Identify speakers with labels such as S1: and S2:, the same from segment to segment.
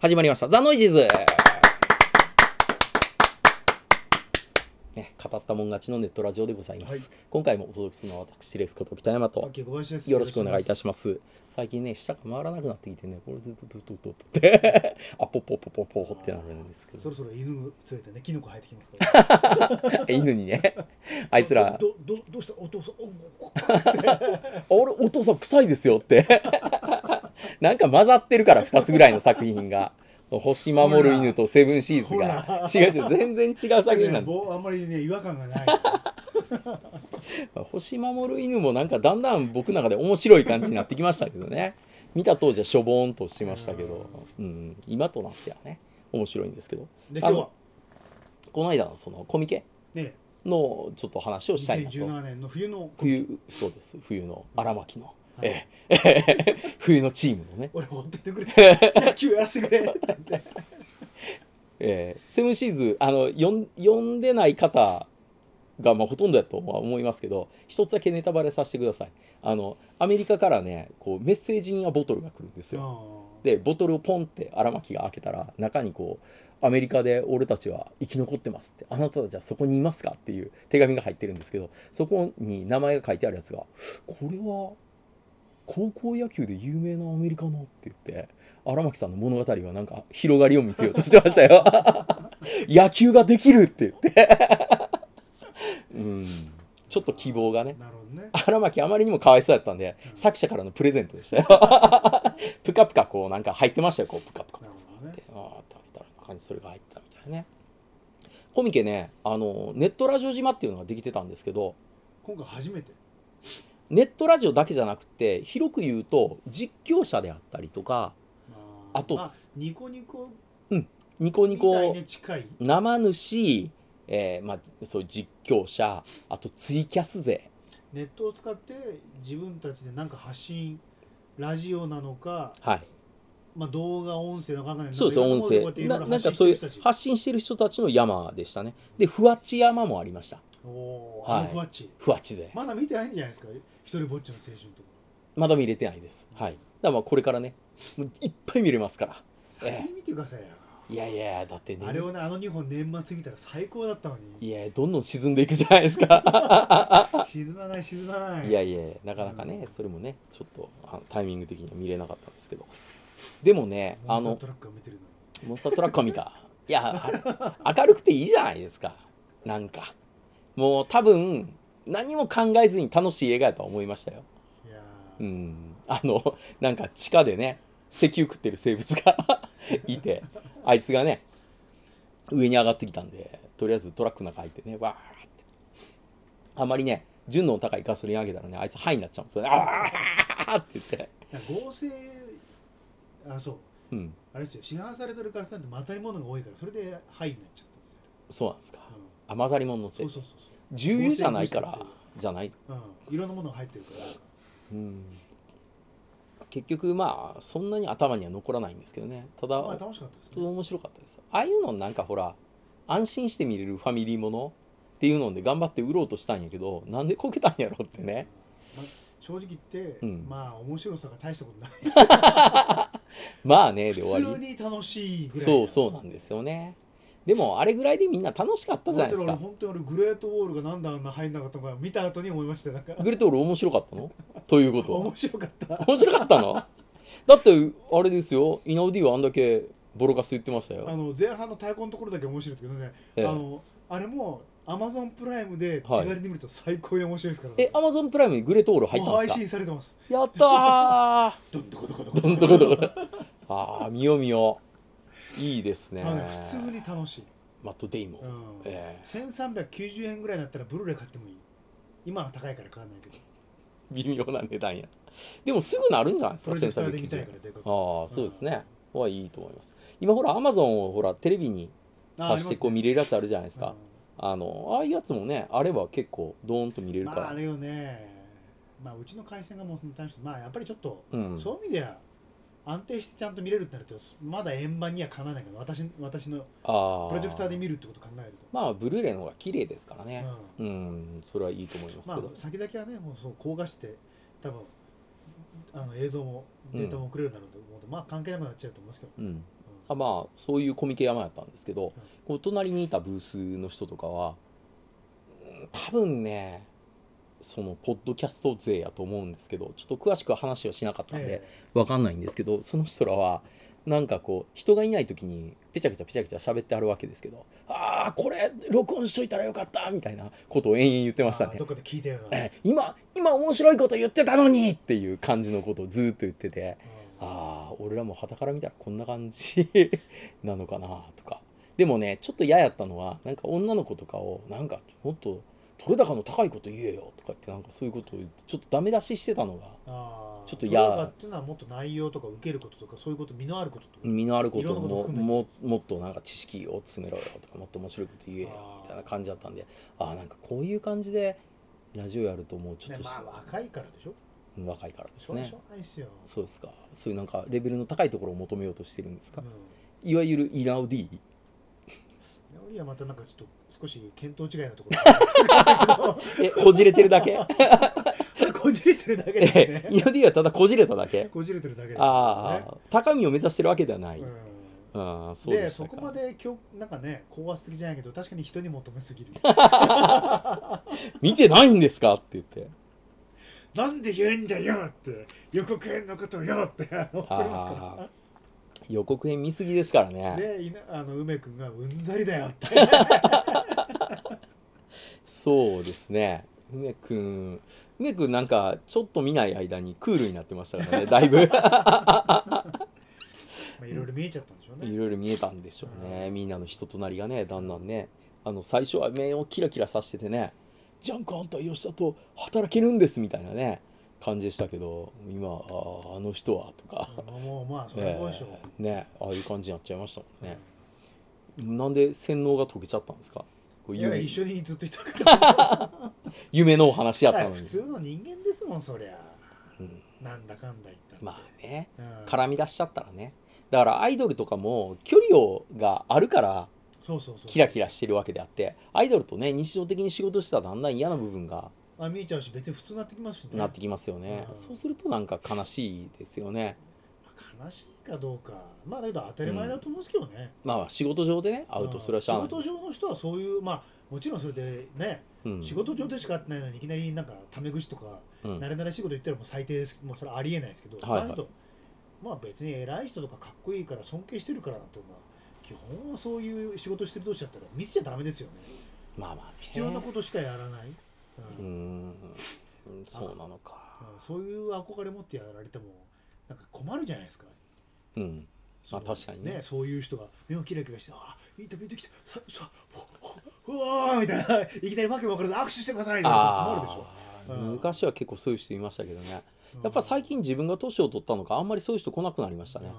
S1: 始まりました。ザ・ノイジーズね、語ったもん勝ちのネットラジオでございます。
S2: はい
S1: 今回もお届けするのは私、レスこと北山と、
S2: 秋小林です
S1: よろしくお願いいたします。最近ね、舌が回らなくなってきてね、これずっとずっとずっと ってあ、ポッポッポッポッポッってなるんですけ
S2: そ
S1: ど、
S2: ろそろ犬連れてねキノコ生えてきますから
S1: 犬にね、あいつら、
S2: どどどどうしたお父さんおお
S1: あ俺お父さん臭いですよって なんか混ざってるから2つぐらいの作品が「星守る犬」と「セブンシーズが」違う違う全然違う作品なんで
S2: ぼあんまりね違和感がない
S1: 星守る犬もなんかだんだん僕の中で面白い感じになってきましたけどね 見た当時はしょぼーんとしてましたけど、うん、今となってはね面白いんですけど
S2: で
S1: あ
S2: 今
S1: の
S2: 日は
S1: この間のそのコミケ
S2: ね
S1: のちょっと話をしたいなと
S2: 2017年の冬の
S1: 冬そうです冬の荒牧の、
S2: はい
S1: ええ 冬のチームのね
S2: 俺放っててくれ野球やらせてくれって言って
S1: えーセブンシーズあのよん読んでない方が、まあ、ほとんどやとは思いますけど一つだけネタバレさせてくださいあのアメリカからねこうメッセージやボトルが来るんですよ
S2: うん
S1: でボトルをポンって荒牧が開けたら中にこう「アメリカで俺たちは生き残ってます」って「あなたたちはそこにいますか?」っていう手紙が入ってるんですけどそこに名前が書いてあるやつが「これは高校野球で有名なアメリカの」って言って荒牧さんの物語はなんか広がりを見せようとしてましたよ。 野球ができるって言って。 うんちょっと希望がね
S2: なるほどね
S1: 荒牧あまりにもかわいそうだったんで、
S2: うん
S1: 作者からのプレゼントでした よぷかぷかこうなんか入ってましたよこうぷかぷか
S2: なるほど
S1: っ
S2: ね
S1: てああって入ったらこんな感じそれが入ってたみたいなねコミケねあのネットラジオ島っていうのができてたんですけど
S2: 今回初めて
S1: ネットラジオだけじゃなくて広く言うと実況者であったりとか
S2: ー
S1: あと
S2: まニコニコ
S1: ニコニ
S2: みたい
S1: コ
S2: に近い
S1: 生主、えーまあ、そう実況者あとツイキャス勢
S2: ネットを使って自分たちで何か発信ラジオなのか、
S1: はい
S2: まあ、動画音声なのかわかんない
S1: そうです音
S2: こうやって
S1: 声
S2: い
S1: な
S2: ろい
S1: な
S2: ろ
S1: んか
S2: 発
S1: そう
S2: 信
S1: い
S2: してる
S1: う
S2: 人たち
S1: 発信してる人たちの山でしたねでふわっち山もありました
S2: おおーあのふわっち、
S1: ふわっちで
S2: まだ見てないんじゃないですか一人ぼっちの青春とか
S1: まだ見れてないですはいだからまあこれからねもういっぱい見れますから
S2: 先に見てくださいよ、
S1: いやいやだってね
S2: あれをねあの2本年末見たら最高だったのに
S1: いやどんどん沈んでいくじゃないです か
S2: 沈まない沈まない
S1: いやいやなかなかねそれもねちょっとあのタイミング的には見れなかったんですけどでもね
S2: モン
S1: あ
S2: スター
S1: の
S2: トラックを見てるのに
S1: モンスタートラックは見たいやあ明るくていいじゃないですかなんかもう多分何も考えずに楽しい映画やとは思いましたよ
S2: いやー、
S1: うん、あのなんか地下でね石油食ってる生物が いてあいつがね上に上がってきたんでとりあえずトラックの中入ってねわーってあまりね純度の高いガソリンあげたらねあいつハイになっちゃうんですよねあーって言って、
S2: なんか合成あそう
S1: うん、
S2: あれですよ市販されてるガスなんて混ざり物が多いからそれでハイになっちゃったんですよ、
S1: そうなんですか
S2: うん
S1: 雨ざり物のせ
S2: そ
S1: いう
S2: そうそうそう
S1: 重油じゃないからじゃない、
S2: うん、いろんなものが入ってるから
S1: うん、結局まあそんなに頭には残らないんですけどねただ、
S2: まあ楽しかったです
S1: ちょっと
S2: ね。
S1: 面白かったですああいうのなんかほら安心して見れるファミリーものっていうので頑張って売ろうとしたんやけどなんでこけたんやろってね
S2: まあ正直言って、
S1: うん
S2: まあ面白さが大したことない。
S1: まあねで終
S2: 普
S1: わ
S2: 通
S1: り
S2: に楽しいぐらい。
S1: そうそうなんですよねでもあれぐらいでみんな楽しかったじゃ
S2: だっ
S1: ない
S2: て
S1: です
S2: 俺
S1: か
S2: 本当に俺グレートウォールがなんであんな入んなかったのか見た後に思いましたなんか
S1: グレートール面白かったのということは
S2: 面白かった。
S1: 面白かったのだってあれですよイナウディはあんだけボロカス言ってました
S2: あ
S1: よ
S2: の前半の太鼓のところだけ面白いけどね。
S1: ええ
S2: あのあれもアマゾンプライムで手
S1: はい
S2: 軽に見ると最高に面白いですから、
S1: えアマゾンプライムにグレートール入っ
S2: もう
S1: たん
S2: 配
S1: ですか
S2: 信されてます。
S1: やったー
S2: どんどこどこどこ
S1: どんどこどこああ見よう見よういいですね
S2: あのね普通に楽しい。
S1: マット・デイモン、
S2: うん。
S1: ええ
S2: 1390円ぐらいだったらブルーレイ買ってもいい。今は高いから買わないけど。
S1: 微妙な値段やでもすぐなるんじゃないです
S2: プ
S1: か
S2: ロジェクターで見
S1: 1390
S2: たいからでかく。
S1: ああそうですね、はいいと思います今ほらアマゾンをほらテレビにさしてこう見
S2: れ
S1: れ
S2: る
S1: るやつあるじゃないですかあ,、のああいうやつもねあれば結構ドーンと見れるか
S2: ま
S1: ら、
S2: ああれよねまあうちの回線がもうその大してまあやっぱりちょっと、
S1: うん
S2: そういう意味では安定してちゃんと見れるってなるとまだ円盤にはかなわないけど私私の
S1: ああ
S2: プロジェクターで見るってこと考える
S1: まあブルーレイの方が綺麗ですから
S2: と、
S1: ね
S2: うん
S1: うん、それはいいと思います
S2: ま
S1: け
S2: あ
S1: ど、
S2: 先々はねもうそう高画質で多分あの映像もデータも送れるようになると思うと、まあ関係なくなっちゃうと思うんですけど、
S1: うん
S2: うん
S1: あまあそういうコミケ山やったんですけど、こう隣にいたブースの人とかはうん多分ねそのポッドキャスト勢やと思うんですけどちょっと詳しくは話はしなかったんで
S2: ええ
S1: わかんないんですけどその人らはなんかこう人がいない時にペチャペチャペチャペチャ喋ってあるわけですけど「ああこれ録音しといたらよかった」みたいなことを延々言ってました
S2: あー
S1: ね
S2: どっ。かで聞いたような。
S1: え今今面白いこと言ってたのにっていう感じのことをずーっと言ってて
S2: う
S1: あ
S2: ん
S1: あ俺らも傍から見たらこんな感じ なのかなとかでもねちょっと嫌やったのはなんか女の子とかをなんかもっと取れ高の高いこと言えよとかってなんかそういうことを言ってちょっとダメ出ししてたのが
S2: あー
S1: ちょっと嫌
S2: トラカっていうのはもっと内容とか受けることとかそういうこと身のあることとか。
S1: 身のあること
S2: いろんなこと
S1: も
S2: 含めて
S1: ももっとなんか知識を詰めろよとかもっと面白いこと言えよみたいな感じだったんでああなんかこういう感じでラジオやるともうちょっと、
S2: ねまあ若いからでしょ。
S1: 若いからで
S2: し
S1: す
S2: ょう
S1: ね。
S2: しょうがないですよ。
S1: そうですか。そういうなんかレベルの高いところを求めようとしてるんですか
S2: う。ん
S1: いわゆるイラオディ。
S2: 直りはまたなんかちょっと少し見当違いなところ
S1: え、こじれてるだけ。
S2: がこじれてるだけです
S1: え
S2: ね、
S1: イラオディはただこじれただけ。
S2: こじれてるだけですね
S1: ああ、高みを目指してるわけではない。
S2: うん
S1: ああ、そう
S2: で
S1: でし
S2: そ
S1: た
S2: こま
S1: か。
S2: で今日なんかね高圧的じゃないけど確かに人に求めすぎる
S1: 見てないんですかって言 って。
S2: なんで言うんだよって予告編のことをよってあの怒りますか
S1: ああ、予告編見すぎですから
S2: ら
S1: ね。
S2: でいなあの梅君がうんざりだよって
S1: そうですね。梅くん、梅くんなんかちょっと見ない間にクールになってましたからね。だいぶ。
S2: まあいろいろ見えちゃったんでしょう
S1: い
S2: ね
S1: ろいろ見えたんでしょうね、
S2: うん
S1: みんなの人となりがねだんだんねあの最初は目をキラキラさせててねジャンクあんた吉田と働けるんですみたいなね感じでしたけど今あーあの人はとか、
S2: うんもうまあそ
S1: え
S2: れはでしょう、
S1: ーねああいう感じになっちゃいましたもんね、なんで洗脳が解けちゃったんですかこう
S2: いや
S1: 夢
S2: 一緒にずっといた から
S1: 夢のお話やったのに、
S2: 普通の人間ですもんそりゃ
S1: うん
S2: なんだかんだ言ったって
S1: まあね
S2: うん
S1: 絡み出しちゃったらねだからアイドルとかも距離をがあるから
S2: そうそうそう
S1: キラキラしてるわけであってアイドルとね日常的に仕事してたらだんだん嫌な部分が
S2: あ見えちゃうし別に普通になってきますしね
S1: なってきますよね、
S2: うん
S1: そうするとなんか悲しいですよね
S2: まあ悲しいかどうかまあだけど当たり前だと思うんですけどね、
S1: まあ仕事上でね
S2: う
S1: 会うと
S2: ん
S1: それはしゃあない、
S2: 仕事上の人はそういうまあもちろんそれでね、
S1: うん
S2: 仕事上でしか会ってないのにいきなりなんかタメ口とか、
S1: うん
S2: 慣れ慣れしいこと言ったらもう最低ですもうそれはありえないですけど、
S1: はいはい
S2: ああう人まあ別に偉い人とかかっこいいから尊敬してるからなんてまあ基本はそういう仕事してる同士だったらミスじゃダメですよね
S1: まあまあね、
S2: 必要なことしかやらない、
S1: う
S2: うん
S1: んそうなのか
S2: うんそういう憧れ持ってやられてもなんか困るじゃないですか
S1: うんまあ
S2: その
S1: 確かにね
S2: そういう人が目をキラキラして「あインタビューできたささほほうわー」みたいないきなりわけわからず握手してくださいみたいな困るでしょ
S1: あー
S2: うん
S1: 昔は結構そういう人いましたけどねやっぱ最近自分が年を取ったのかあんまりそういう人来なくなりましたね、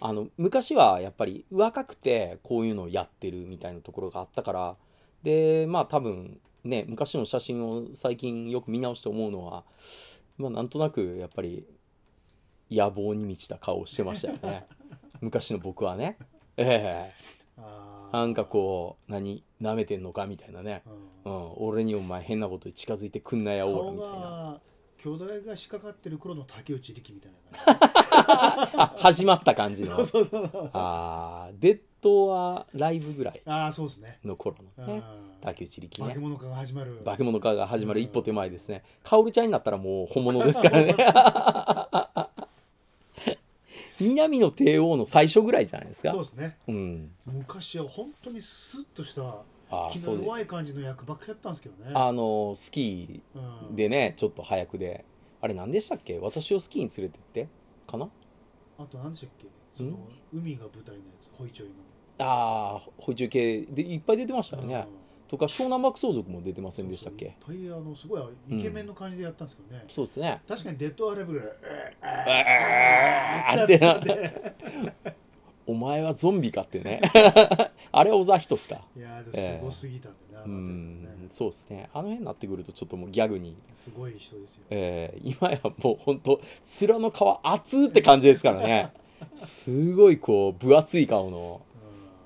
S1: あの昔はやっぱり若くてこういうのをやってるみたいなところがあったからでまあ多分ね昔の写真を最近よく見直して思うのはまあなんとなくやっぱり野望に満ちた顔をしてましたよ ね昔の僕はねええなんかこう何舐めてんのかみたいなね、
S2: うん、
S1: う
S2: あ
S1: ん、俺にお前変なことに近づいてくんなや
S2: ー
S1: オーラ
S2: 顔
S1: みたいな
S2: が巨大が仕掛かってる頃の竹内力みたいな感
S1: あ始まった感じ
S2: じ
S1: の
S2: そうそうそう
S1: あーデッドはライブぐらい
S2: ああそうですね
S1: の頃
S2: う
S1: の
S2: ん
S1: ね竹内力
S2: 化け
S1: ね
S2: 物化が始まる
S1: 化け物化が始まる
S2: うん
S1: 一歩手前ですねカオルちゃんになったらもう本物ですから ね南の帝王の最初ぐらいじゃないですか
S2: そう
S1: う
S2: ですね
S1: ん
S2: 昔は本当にスッとした
S1: ああ
S2: 気
S1: そ
S2: の
S1: うで
S2: 弱い感じの役ばっかやったんですけどね
S1: あのスキ
S2: うん
S1: ーでねちょっと早くであれ何でしたっけ私をスキーに連れてってかな
S2: あと何でしたっけその海が舞台のやつホイチョイの
S1: ああ補充系でいっぱい出てましたよね
S2: うん
S1: とか湘南爆走族も出てませんでしたっけ
S2: そうそういっぱいあのすごいイケメンの感じでやったんですけどね、
S1: そうですね
S2: 確かにデッドアライブぐらいえー
S1: あー
S2: えー
S1: っ
S2: ってて
S1: な
S2: なってたんで
S1: お前はゾンビかってね あれ小沢仁志か
S2: いやーでもすごすぎたんだな、
S1: う
S2: なん
S1: ん
S2: て
S1: そうですねあの辺になってくるとちょっともうギャグに、
S2: すごい人ですよ、
S1: えー今やもうほんと面の皮厚って感じですからねすごいこう分厚い顔の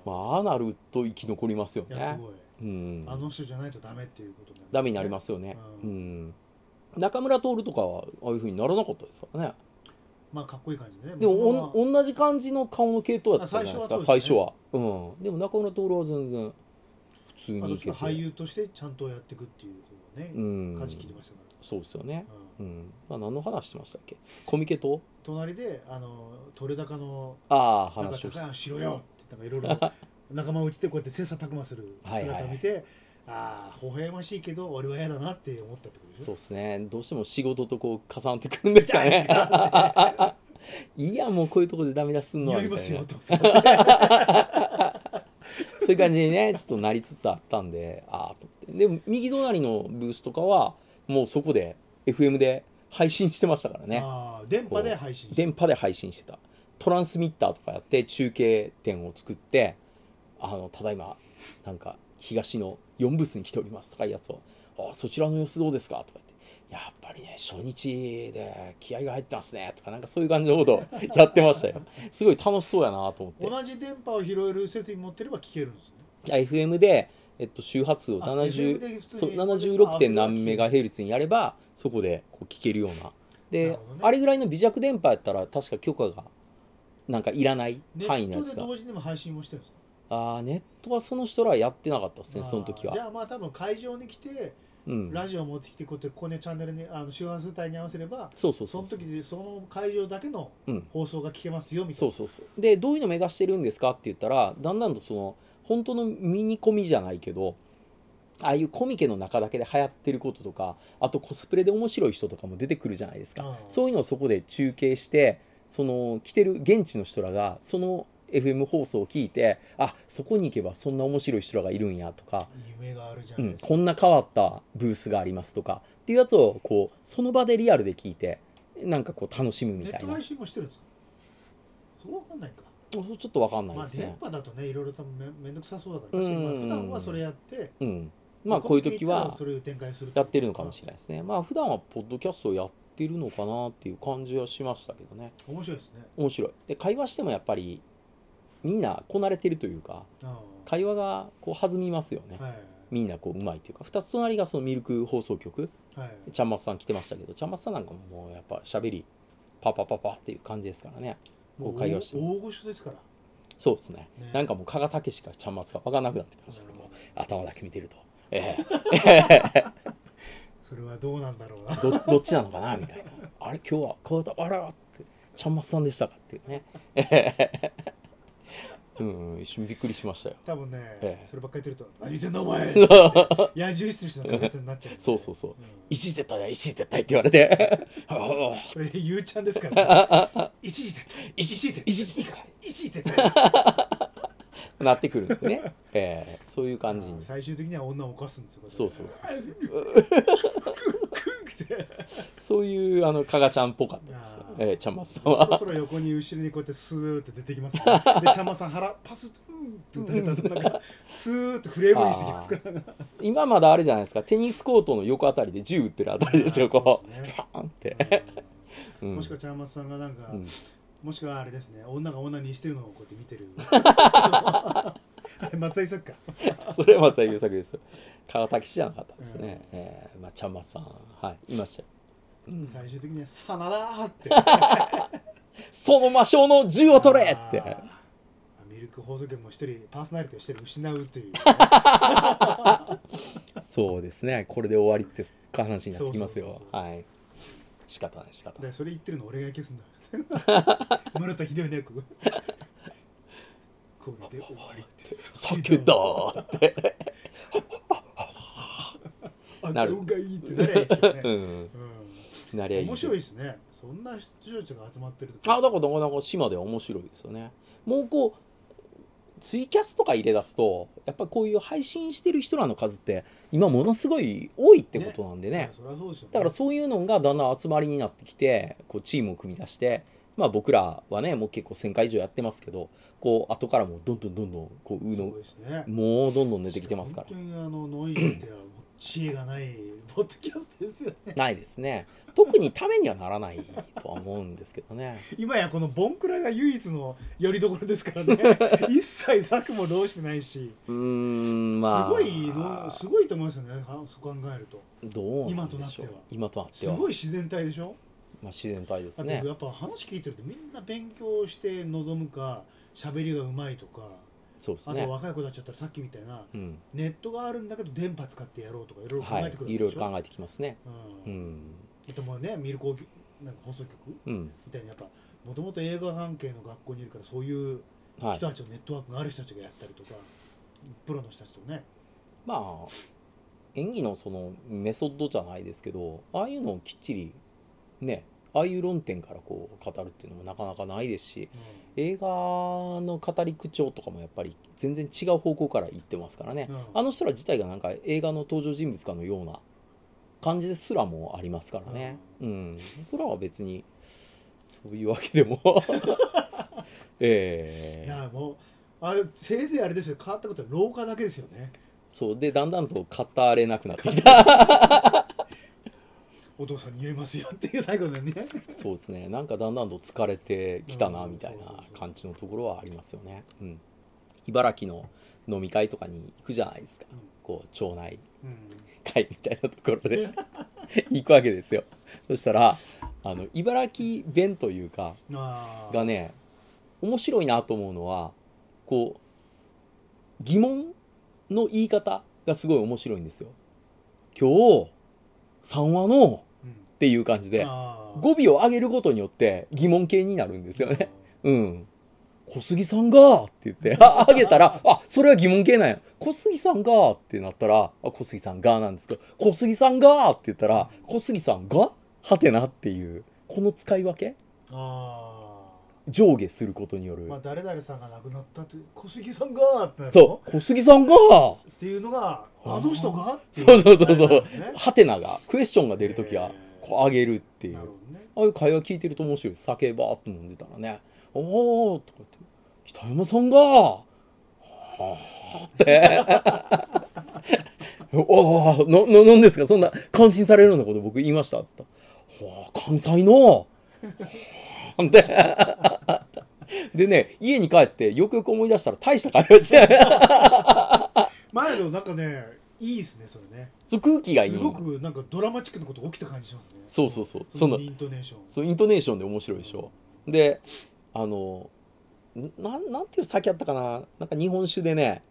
S2: うん
S1: まあああなると生き残りますよ
S2: いや
S1: ね
S2: すごい、
S1: うん
S2: あの人じゃないとダメっていうことになる
S1: ダメになりますよね、う
S2: うん
S1: ん中村徹とかはああいうふうにならなかったですからね
S2: まあかっこいい感じでね
S1: でも
S2: もう
S1: おん同じ感じの顔の系統だったじゃないですか
S2: あ
S1: 最
S2: 最
S1: 初
S2: 初
S1: はうんでも中村徹は全然普通
S2: そのまま
S1: に
S2: あど
S1: い
S2: っちか
S1: けて
S2: 俳優としてちゃんとやっていくっていう
S1: う
S2: 方をね、
S1: ん
S2: 舵切りましたから、
S1: そうですよね
S2: うん
S1: うん、まあ、何の話してましたっけコミケと
S2: 隣であの取れ高の
S1: ああ
S2: なんか
S1: 話をして
S2: 高いしろよってなんかいろい ろ仲間内でこうやって切磋琢磨する姿を見て、ああ微笑ましいけど俺は嫌だなって思ったってことです
S1: そう
S2: よ
S1: ですねどうしても仕事とこう重なってくるんですかね いやもうこういうとこでダメ出すんのは
S2: 似合
S1: み
S2: いま
S1: たい
S2: すよ
S1: な
S2: お父さんは
S1: そういう感じにねちょっとなりつつあったんでああと思ってでも右隣のブースとかはもうそこで FM で配信してましたからね
S2: ああ電波で配信して
S1: 電波で配信してたトランスミッターとかやって中継点を作ってあのただいまなんか東の4ブースに来ておりますとかいうやつを「あそちらの様子どうですか?」とか言って「やっぱりね初日で気合が入ってますね」とかなんかそういう感じのことをやってましたよすごい楽しそうやなと思って
S2: 同じ電波を拾える設備持ってれば聞けるんですね
S1: FM で、えっと、周波数を
S2: あ FM で
S1: 70
S2: 普通に
S1: そう76点何メガヘルツにやればそこでこう聞けるようなで
S2: なるほどね
S1: あれぐらいの微弱電波やったら確か許可がなんかいらない
S2: ネ
S1: 範囲のや
S2: ット
S1: つ
S2: で
S1: が
S2: 同時にも配信もしてるんですか
S1: ああネットはその人らはやってなかったですね
S2: ああ
S1: その時
S2: じ
S1: は
S2: ゃあまあ多分会場に来て
S1: うん
S2: ラジオを持ってきてこうやってここねチャンネルにあの周波数帯に合わせれば
S1: そうそうそ
S2: そうの時でその会場だけの
S1: うん
S2: 放送が聞けますよみたい
S1: そ
S2: な
S1: うそうそうでどういうの目指してるんですかって言ったらだんだんとその本当のミニコミじゃないけどああいうコミケの中だけで流行ってることとかあとコスプレで面白い人とかも出てくるじゃないですか、
S2: うん
S1: そういうのをそこで中継してその来てる現地の人らがその FM 放送を聞いてあそこに行けばそんな面白い人らがいるんやとか、
S2: 夢があるじゃ
S1: う
S2: ない
S1: ん、
S2: ですか、
S1: こんな変わったブースがありますとかっていうやつをこうその場でリアルで聞いてなんかこう楽しむみ
S2: ネ
S1: たい
S2: ット
S1: な
S2: 配信もしてるんですかそこわかんないか、
S1: ちょっとわかんない
S2: まあ
S1: ですね。
S2: 電波だとねいろいろ多分めめんどくさそうだか
S1: うん
S2: ら確かにまあ普段はそれやって
S1: うん、まあこういう時は
S2: それを展開する
S1: やってるのかもしれないですねまあ普段はポッドキャストをやってるのかなっていう感じはしましたけどね
S2: 面白いですね
S1: 面白いで会話してもやっぱりみんなこなれてるというか
S2: ああ
S1: 会話がこう弾みますよね
S2: はい
S1: みんなこううまいというか2つ隣がそのミルク放送局
S2: はい
S1: ちゃんまつさん来てましたけどちゃんまつさんなんかももうやっぱしゃべりパパパパっていう感じですからねこ
S2: も
S1: う
S2: う
S1: 会話して
S2: 大大御所ですから
S1: そうですね
S2: ね
S1: なんかもう加賀武しかちゃんまつが分からなくなってきましたけど
S2: うん
S1: 頭だけ見てるとええ
S2: それはどうなんだろうな
S1: ど どっちなのかなみたいなあれ今日は変わったあらってちゃんまつさんでしたかっていうね うん、うん、一瞬びっくりしましたよ
S2: 多分ね、
S1: ええ
S2: そればっかり言ってると「何見てんだお 前! 」野獣質みたいな形になっちゃうんで
S1: そうそうそう
S2: うん
S1: 「一時撤退だ一時撤退」って言われて 「ああ
S2: これゆうちゃんですから、 ね、一時で一時で
S1: 一時撤退
S2: 一時で」
S1: なってくるんで ね、ええそういう感じに
S2: 最終的には女を犯すんですよこれ
S1: そうそうそう
S2: クンって
S1: そういうあの加賀ちゃんっぽかったですよ、
S2: あー
S1: ええちゃんまつさん
S2: そろ
S1: は
S2: そろ横に後ろにこうやってスーって出てきます、ね、でちゃんまさん腹パスッとうーって打たれたとなんかスーッとフレームにしてきますからね
S1: 今まだあれじゃないですかテニスコートの横あたりで銃撃ってるあたりですよこう
S2: そうですね
S1: パーンって、う
S2: うん
S1: ん
S2: もしくはちゃんまさんがなんか、
S1: うん
S2: もしくはあれですね女が女にしてるのをこうやって見てるあれ松井さんか
S1: それは松井優作ですよ。川崎市じゃなかったですね。えーまあ、ちゃんまつさん、はい、いましたよ。うん
S2: 最終的には「さなだ!」って
S1: その魔性の銃を取れって。
S2: あーミルク放送局も一人パーソナリティを一人失うという、
S1: そうですね。これで終わりって話になってきます
S2: そう
S1: よ
S2: そう。そう
S1: はい。仕方ない、仕方ない。
S2: でそれ言ってるの俺が消すんだ 村田ひどいねこここれで終わ りって
S1: 酒だーって。
S2: あ
S1: な
S2: な
S1: る
S2: るがいいってなりゃいいですよ ね
S1: うん。なり
S2: う
S1: ゃい
S2: ん、
S1: い。
S2: 面白いですねそんな人たちが集まってると
S1: あ、だから、なかなか島では面白いですよね。もうこう。ツイキャスとか入れ出すとやっぱりこういう配信してる人らの数って今ものすごい多いってことなんでね
S2: いやそりゃそうですよ、ね、
S1: だからそういうのがだんだん集まりになってきてこうチームを組み出して、まあ、僕らはねもう結構1,000回以上やってますけどこう後からもうどんどんどんどんこうう
S2: す
S1: の
S2: ごいですね
S1: もうどんどん出てきてますから
S2: 本当にあのノイズってはもう知恵がないポッドキャストですよね
S1: ないですね特にためにはならないとは思うんですけどね
S2: 今やこのボンクラが唯一のよりどころですからね 一切策もどうしてないし
S1: うーんまあ
S2: すごいのすごいと思いますよねはそう考えると
S1: どうなんでしょう
S2: 今となっては
S1: 今となって
S2: す
S1: は
S2: ごい自然体でしょ
S1: まあ、自然体です
S2: あと
S1: ね
S2: やっぱ話聞いてるとみんな勉強して臨むか喋りがうまいとか
S1: そうです
S2: あと
S1: ね
S2: 若い子たちだったらさっきみたいな
S1: うん
S2: ネットがあるんだけど電波使ってやろうとかいろいろ考
S1: は
S2: え
S1: い
S2: てくるわ
S1: い
S2: け
S1: ろい
S2: でし
S1: ろ
S2: ょ、
S1: 考えてきますね
S2: う
S1: うんん
S2: あともうねミルコなんか放送局
S1: うん
S2: みたいなやっぱもともと映画関係の学校にいるからそういう
S1: はい
S2: 人たちのネットワークがある人たちがやったりとかプロの人たちとね
S1: まあ演技のそのメソッドじゃないですけどああいうのをきっちりねああいう論点からこう語るっていうのもなかなかないですし映画の語り口調とかもやっぱり全然違う方向から言ってますからね
S2: うん
S1: あの人ら自体がなんか映画の登場人物かのような感じですらもありますからねうん僕らは別にそういうわけでも ええ
S2: いやもうあれせいぜいあれですよ変わったことは廊下だけですよね
S1: そうでだんだんと語れなくなってきた
S2: お父さんに言えますよっていう最後だよね
S1: そうですねなんかだんだんと疲れてきたな
S2: うん
S1: みたい
S2: そうそう
S1: な
S2: そう
S1: 感じのところはありますよね、うん、茨城の飲み会とかに行くじゃないですか
S2: うん
S1: こう町内
S2: うん
S1: 会みたいなところ で行くわけですよそしたらあの茨城弁というか
S2: あー
S1: がね面白いなと思うのはこう疑問の言い方がすごい面白いんですよ今日3話の
S2: うん
S1: っていう感じで
S2: あー
S1: 語尾を上げることによって疑問形になるんですよねうん小杉さんがって言ってあ上げたらあそれは疑問形なんや小杉さんがってなったらあ小杉さんがなんですけど小杉さんがって言ったら小杉さんがはてなっていうこの使い分け
S2: あ
S1: 上下することによる、
S2: ーまあ誰々さんが亡くなったという小杉さんがってなるの
S1: そう小杉さんが
S2: っていうのがあの人がってい
S1: そうそうそう
S2: あれ
S1: そ
S2: な
S1: うん
S2: ですね
S1: ハテナがクエスチョンが出るときは
S2: へー
S1: こう上げるっていう
S2: なる
S1: あ
S2: ほどね
S1: あいう会話聞いてると面白いです酒バーっと飲んでたらね「おお」とか言って「北山さんが」はあって おーののなんですかそんな感心されるようなこと僕言いましたって言ったらはあ関西の」ほ んででね家に帰ってよくよく思い出したら大した会話してない
S2: 前のなんかねいいですねそれね
S1: そう空気がいい
S2: すごくなんかドラマチックなこと起きた感じしますね
S1: そうそうそう
S2: そ
S1: そ
S2: の
S1: の
S2: イントネーション
S1: そうイントネーションで面白いでしょであのんなんなんていう酒あったかななんか日本酒でね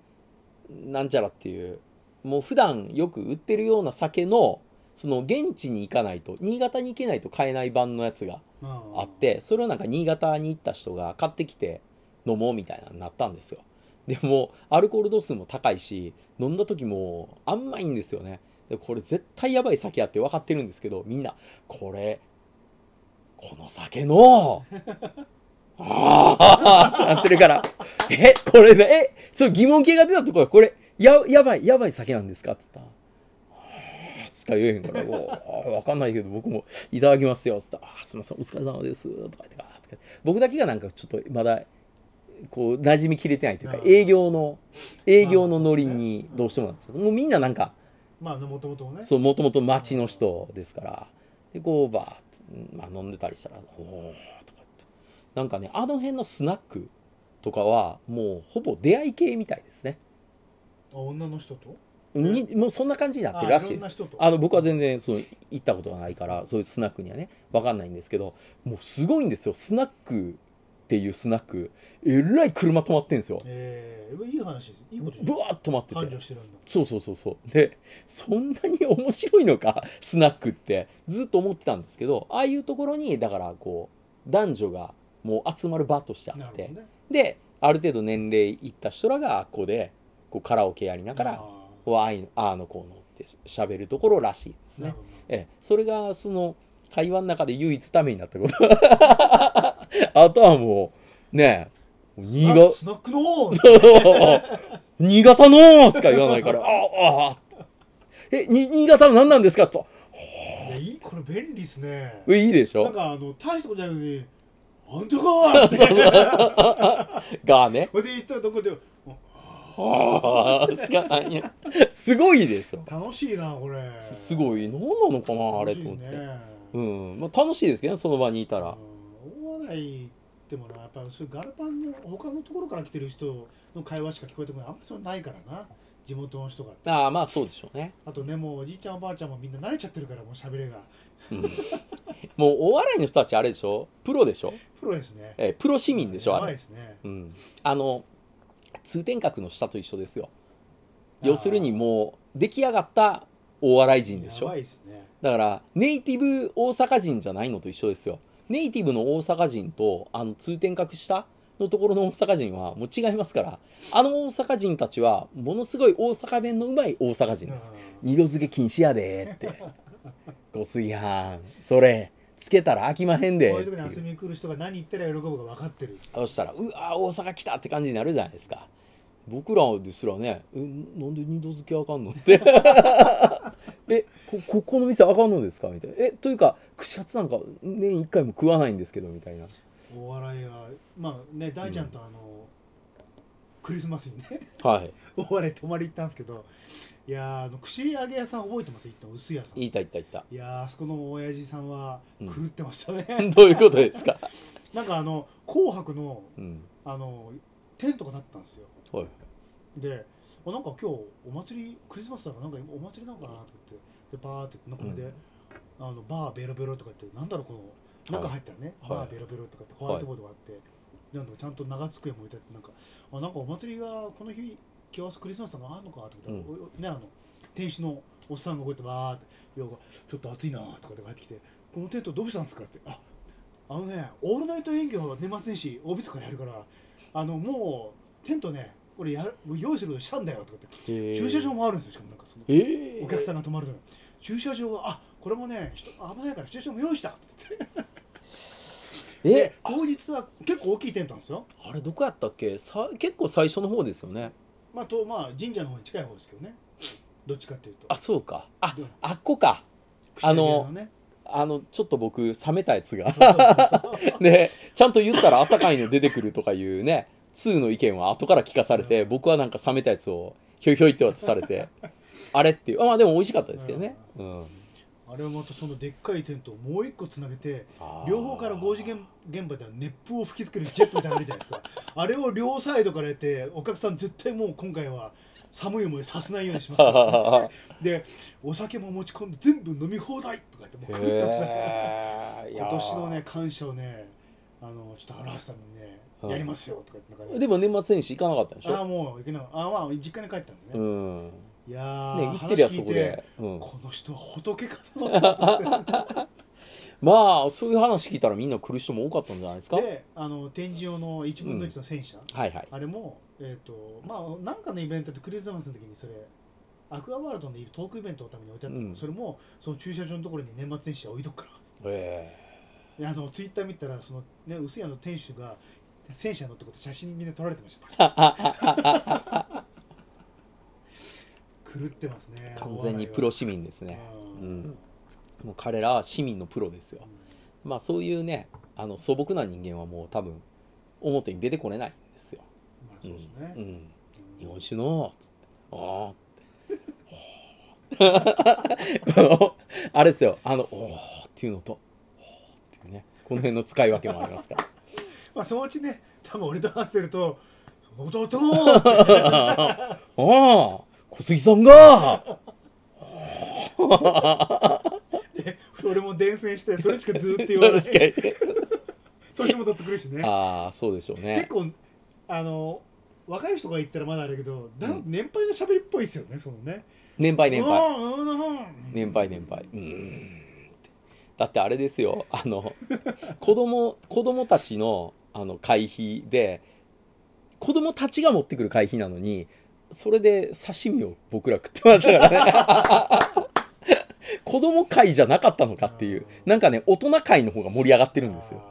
S1: なんちゃらっていうもう普段よく売ってるような酒のその現地に行かないと新潟に行けないと買えない版のやつがあってそれをなんか新潟に行った人が買ってきて飲もうみたいなのになったんですよでもアルコール度数も高いし飲んだ時も甘いんですよねでこれ絶対やばい酒やって分かってるんですけどみんなこれこの酒のああってなってるからえこれでえそう疑問形が出たところこれややばいやばい酒なんですかって言ったらあーしか言えへんから「おーわかんないけど僕もいただきますよ」っつって「あーすいませんお疲れ様です」とか言ってガーッとか僕だけがなんかちょっとまだこう馴染みきれてないというか
S2: あー
S1: 営業の営業のノリにどうしてもなっちゃうもうみんななんか
S2: まあもともとね
S1: そうもともと町の人ですからでこうバーッと、まあ、飲んでたりしたら「おお」とか言ってなんかねあの辺のスナックとかはもうほぼ出会い系みたいですね。
S2: あ女の人と
S1: にもうそんな感じになってるらしいです
S2: あいろんな人と
S1: あの僕は全然その行ったことがないからそういうスナックにはね分かんないんですけどもうすごいんですよスナックっていうスナックえらい車止まってんですよ
S2: ええいい話ですいいことじゃ
S1: ぶ
S2: ない
S1: わーっと待って
S2: 繁
S1: て
S2: 盛してるんだ
S1: そうそうそうそうでそんなに面白いのか スナックってずっと思ってたんですけどああいうところにだからこう男女がもう集まる場としてあ
S2: な
S1: っ
S2: る
S1: て、
S2: ほどね
S1: である程度年齢いった人らがここでこうカラオケやりながら
S2: あー
S1: ワインあーのこうのって喋るところらしいです
S2: な
S1: ね
S2: る。ほどね
S1: ええ、それがその会話の中で唯一ためになったこと あとはもうねえ新
S2: あ
S1: 潟
S2: スナッ クの
S1: 新潟のしか言わないから「あああえに新潟の何なんですか?」と
S2: いやいいこれ便利ですね
S1: 「えいいでし
S2: な
S1: ょ
S2: んかあの大したことないのにあんたかって
S1: がね
S2: ほいで言ったらどこで
S1: 「ああ」しかないね すごいですよ
S2: 楽しいなこれ
S1: すすごい何なのかなあれと思って、
S2: 楽しいですね
S1: うんまあ、楽しいですけどねその場にいたら
S2: うん大笑いでもなやっぱりそういうガルパンの他のところから来てる人の会話しか聞こえてこないあんまりそれないからな地元の人が
S1: ああまあそうでしょうね
S2: あとねもうおじいちゃんおばあちゃんもみんな慣れちゃってるからもう喋れが
S1: うんもうお笑いの人たちあれでしょプロでしょ、
S2: プロですね。
S1: えープロ市民でしょ
S2: や
S1: あ
S2: ばい
S1: れ、
S2: ですね。
S1: うん、あの通天閣の下と一緒ですよ要するにもう出来上がったお笑い人でし
S2: や
S1: ょ
S2: ばいですね。
S1: だからネイティブ大阪人じゃないのと一緒ですよネイティブの大阪人とあの通天閣下のところの大阪人はもう違いますからあの大阪人たちはものすごい大阪弁のうまい大阪人です
S2: うん
S1: 二度漬け禁止やでーってご炊飯それつけたら飽きまへんで
S2: こうい
S1: ー
S2: う
S1: って
S2: 時に遊
S1: いう
S2: びに来る人が何言ったら喜ぶか分かってる。
S1: そしたらうわー大阪来たって感じになるじゃないですか僕らですらねえなんで二度漬けあかんのって えこここの店あかんのですかみたいなえというか串カツなんか年一回も食わないんですけどみたいな
S2: お笑いは、まあね、大ちゃんとあの、クリスマスにね、
S1: はい
S2: お笑い泊まり行ったんですけど、いやーあの、串揚げ屋さん覚えてます行った薄い屋さん。
S1: 言
S2: い
S1: いたいったいった
S2: やーあそこの親父さんは
S1: うん
S2: 狂ってましたね。
S1: どういうことですか、
S2: なんかあの、紅白の、
S1: うん
S2: あの、テントが立ってたんですよ。
S1: はい、
S2: であなんか今日お祭りクリスマスだからなんかお祭りなのかなと思ってでバーってなんかこれで、
S1: うん
S2: あのバーベロベロとかってなんだろうこの中入ったらね、
S1: はい
S2: バーベロベロとかってホワイトボードがあって、なんかちゃんと長机も置いてあってなんかあなんかお祭りがこの日今日はクリスマスなのあんのかと思ったら、おねあの店主のおっさんがこうやってバーって要はちょっと暑いなとかで帰ってきてこのテントどうしたんですかってああのねオールナイト営業は寝ませんし大晦日にやるからあのもうテントねこれやもう用意することしたんだよとかって駐車場もあるんですよしかもなんかその
S1: えー、
S2: お客さ
S1: ん
S2: んが泊まるのに駐車場はあこれもね人危ないから駐車場も用意したって言って
S1: え
S2: で当日は結構大きいテントなんですよ
S1: あれどこやったっけさ結構最初の方ですよね
S2: まあとまあ神社の方に近い方ですけどねどっちかっていうと
S1: あそうかあ
S2: で
S1: あっこか
S2: 串揚げ屋 ね
S1: あのちょっと僕冷めたやつが
S2: そうそうそう
S1: でちゃんと言ったらあったかいの出てくるとかいうね2の意見は後から聞かされて僕はなんか冷めたやつをひょいひょいって渡され てあれっていうあまあでも美味しかったですけどね、うん、
S2: あれはまたそのでっかいテントをもう一個つなげて両方から工事現現場では熱風を吹きつけるジェットみたいなのあるじゃないですか あれを両サイドからやってお客さん絶対もう今回は寒い思いさせないようにしますから でお酒も持ち込んで全部飲み放題とか言ってもう狂ってましたね
S1: へーいや
S2: 今年のね感謝をねあのちょっと表すためにね、
S1: うん
S2: やりますよとか言ってなんかね
S1: でも年末年始行かなかったんでし
S2: ああ
S1: ょ
S2: もう行けなああまあ実家に帰ったんで
S1: う
S2: ね、
S1: んね
S2: いやー、
S1: 行ってりゃ
S2: 話
S1: そ
S2: 聞い
S1: こ
S2: て
S1: で、うん、
S2: この人は仏かと思って
S1: まあそういう話聞いたらみんな来る人も多かったんじゃないですか
S2: であの展示用の1分の1の戦車、
S1: はいはい
S2: あれも、えーとまあ、なんかのイベントでクリスマスの時にそれアクアワールドのトークイベントのために置いてあったの、
S1: うん
S2: それもその駐車場のところに年末年始は置いとくから
S1: え
S2: いやあのツイッター見たらその、ね、薄屋の店主が戦車乗ってこと写真みんな撮られてましたパシャパシャ狂ってますね
S1: ー完全にプロ
S2: ね、
S1: 市民です
S2: う
S1: ねう
S2: ん
S1: んもう彼らは市民のプロですよまあそういうねあの素朴な人間はもう多分表に出てこれないんですよ。
S2: まあそうですね、
S1: うんうん
S2: うん
S1: 日本酒のつってああこの あれですよあの「おお」っていうのと「おお」っていうねこの辺の使い分けもあります から。
S2: まあそのうちね多分俺と話してると「弟も!」って
S1: ああ小杉さん が
S2: で俺も伝染 してそれしかずーっと言わない
S1: 確かに
S2: 年も取ってくるしね
S1: ああそうでしょう
S2: 結
S1: ね。
S2: 構あの若い人が言ったらまだあれだけどだ
S1: うん
S2: 年配の喋りっぽいですよねそのね
S1: 年配年配。
S2: うんうんうん
S1: 年配年配うーんだってあれですよあの子供子供たちのあの会費で子供たちが持ってくる会費なのにそれで刺身を僕ら食ってましたからね 子供会じゃなかったのかっていうなんかね大人会の方が盛り上がってるんですよ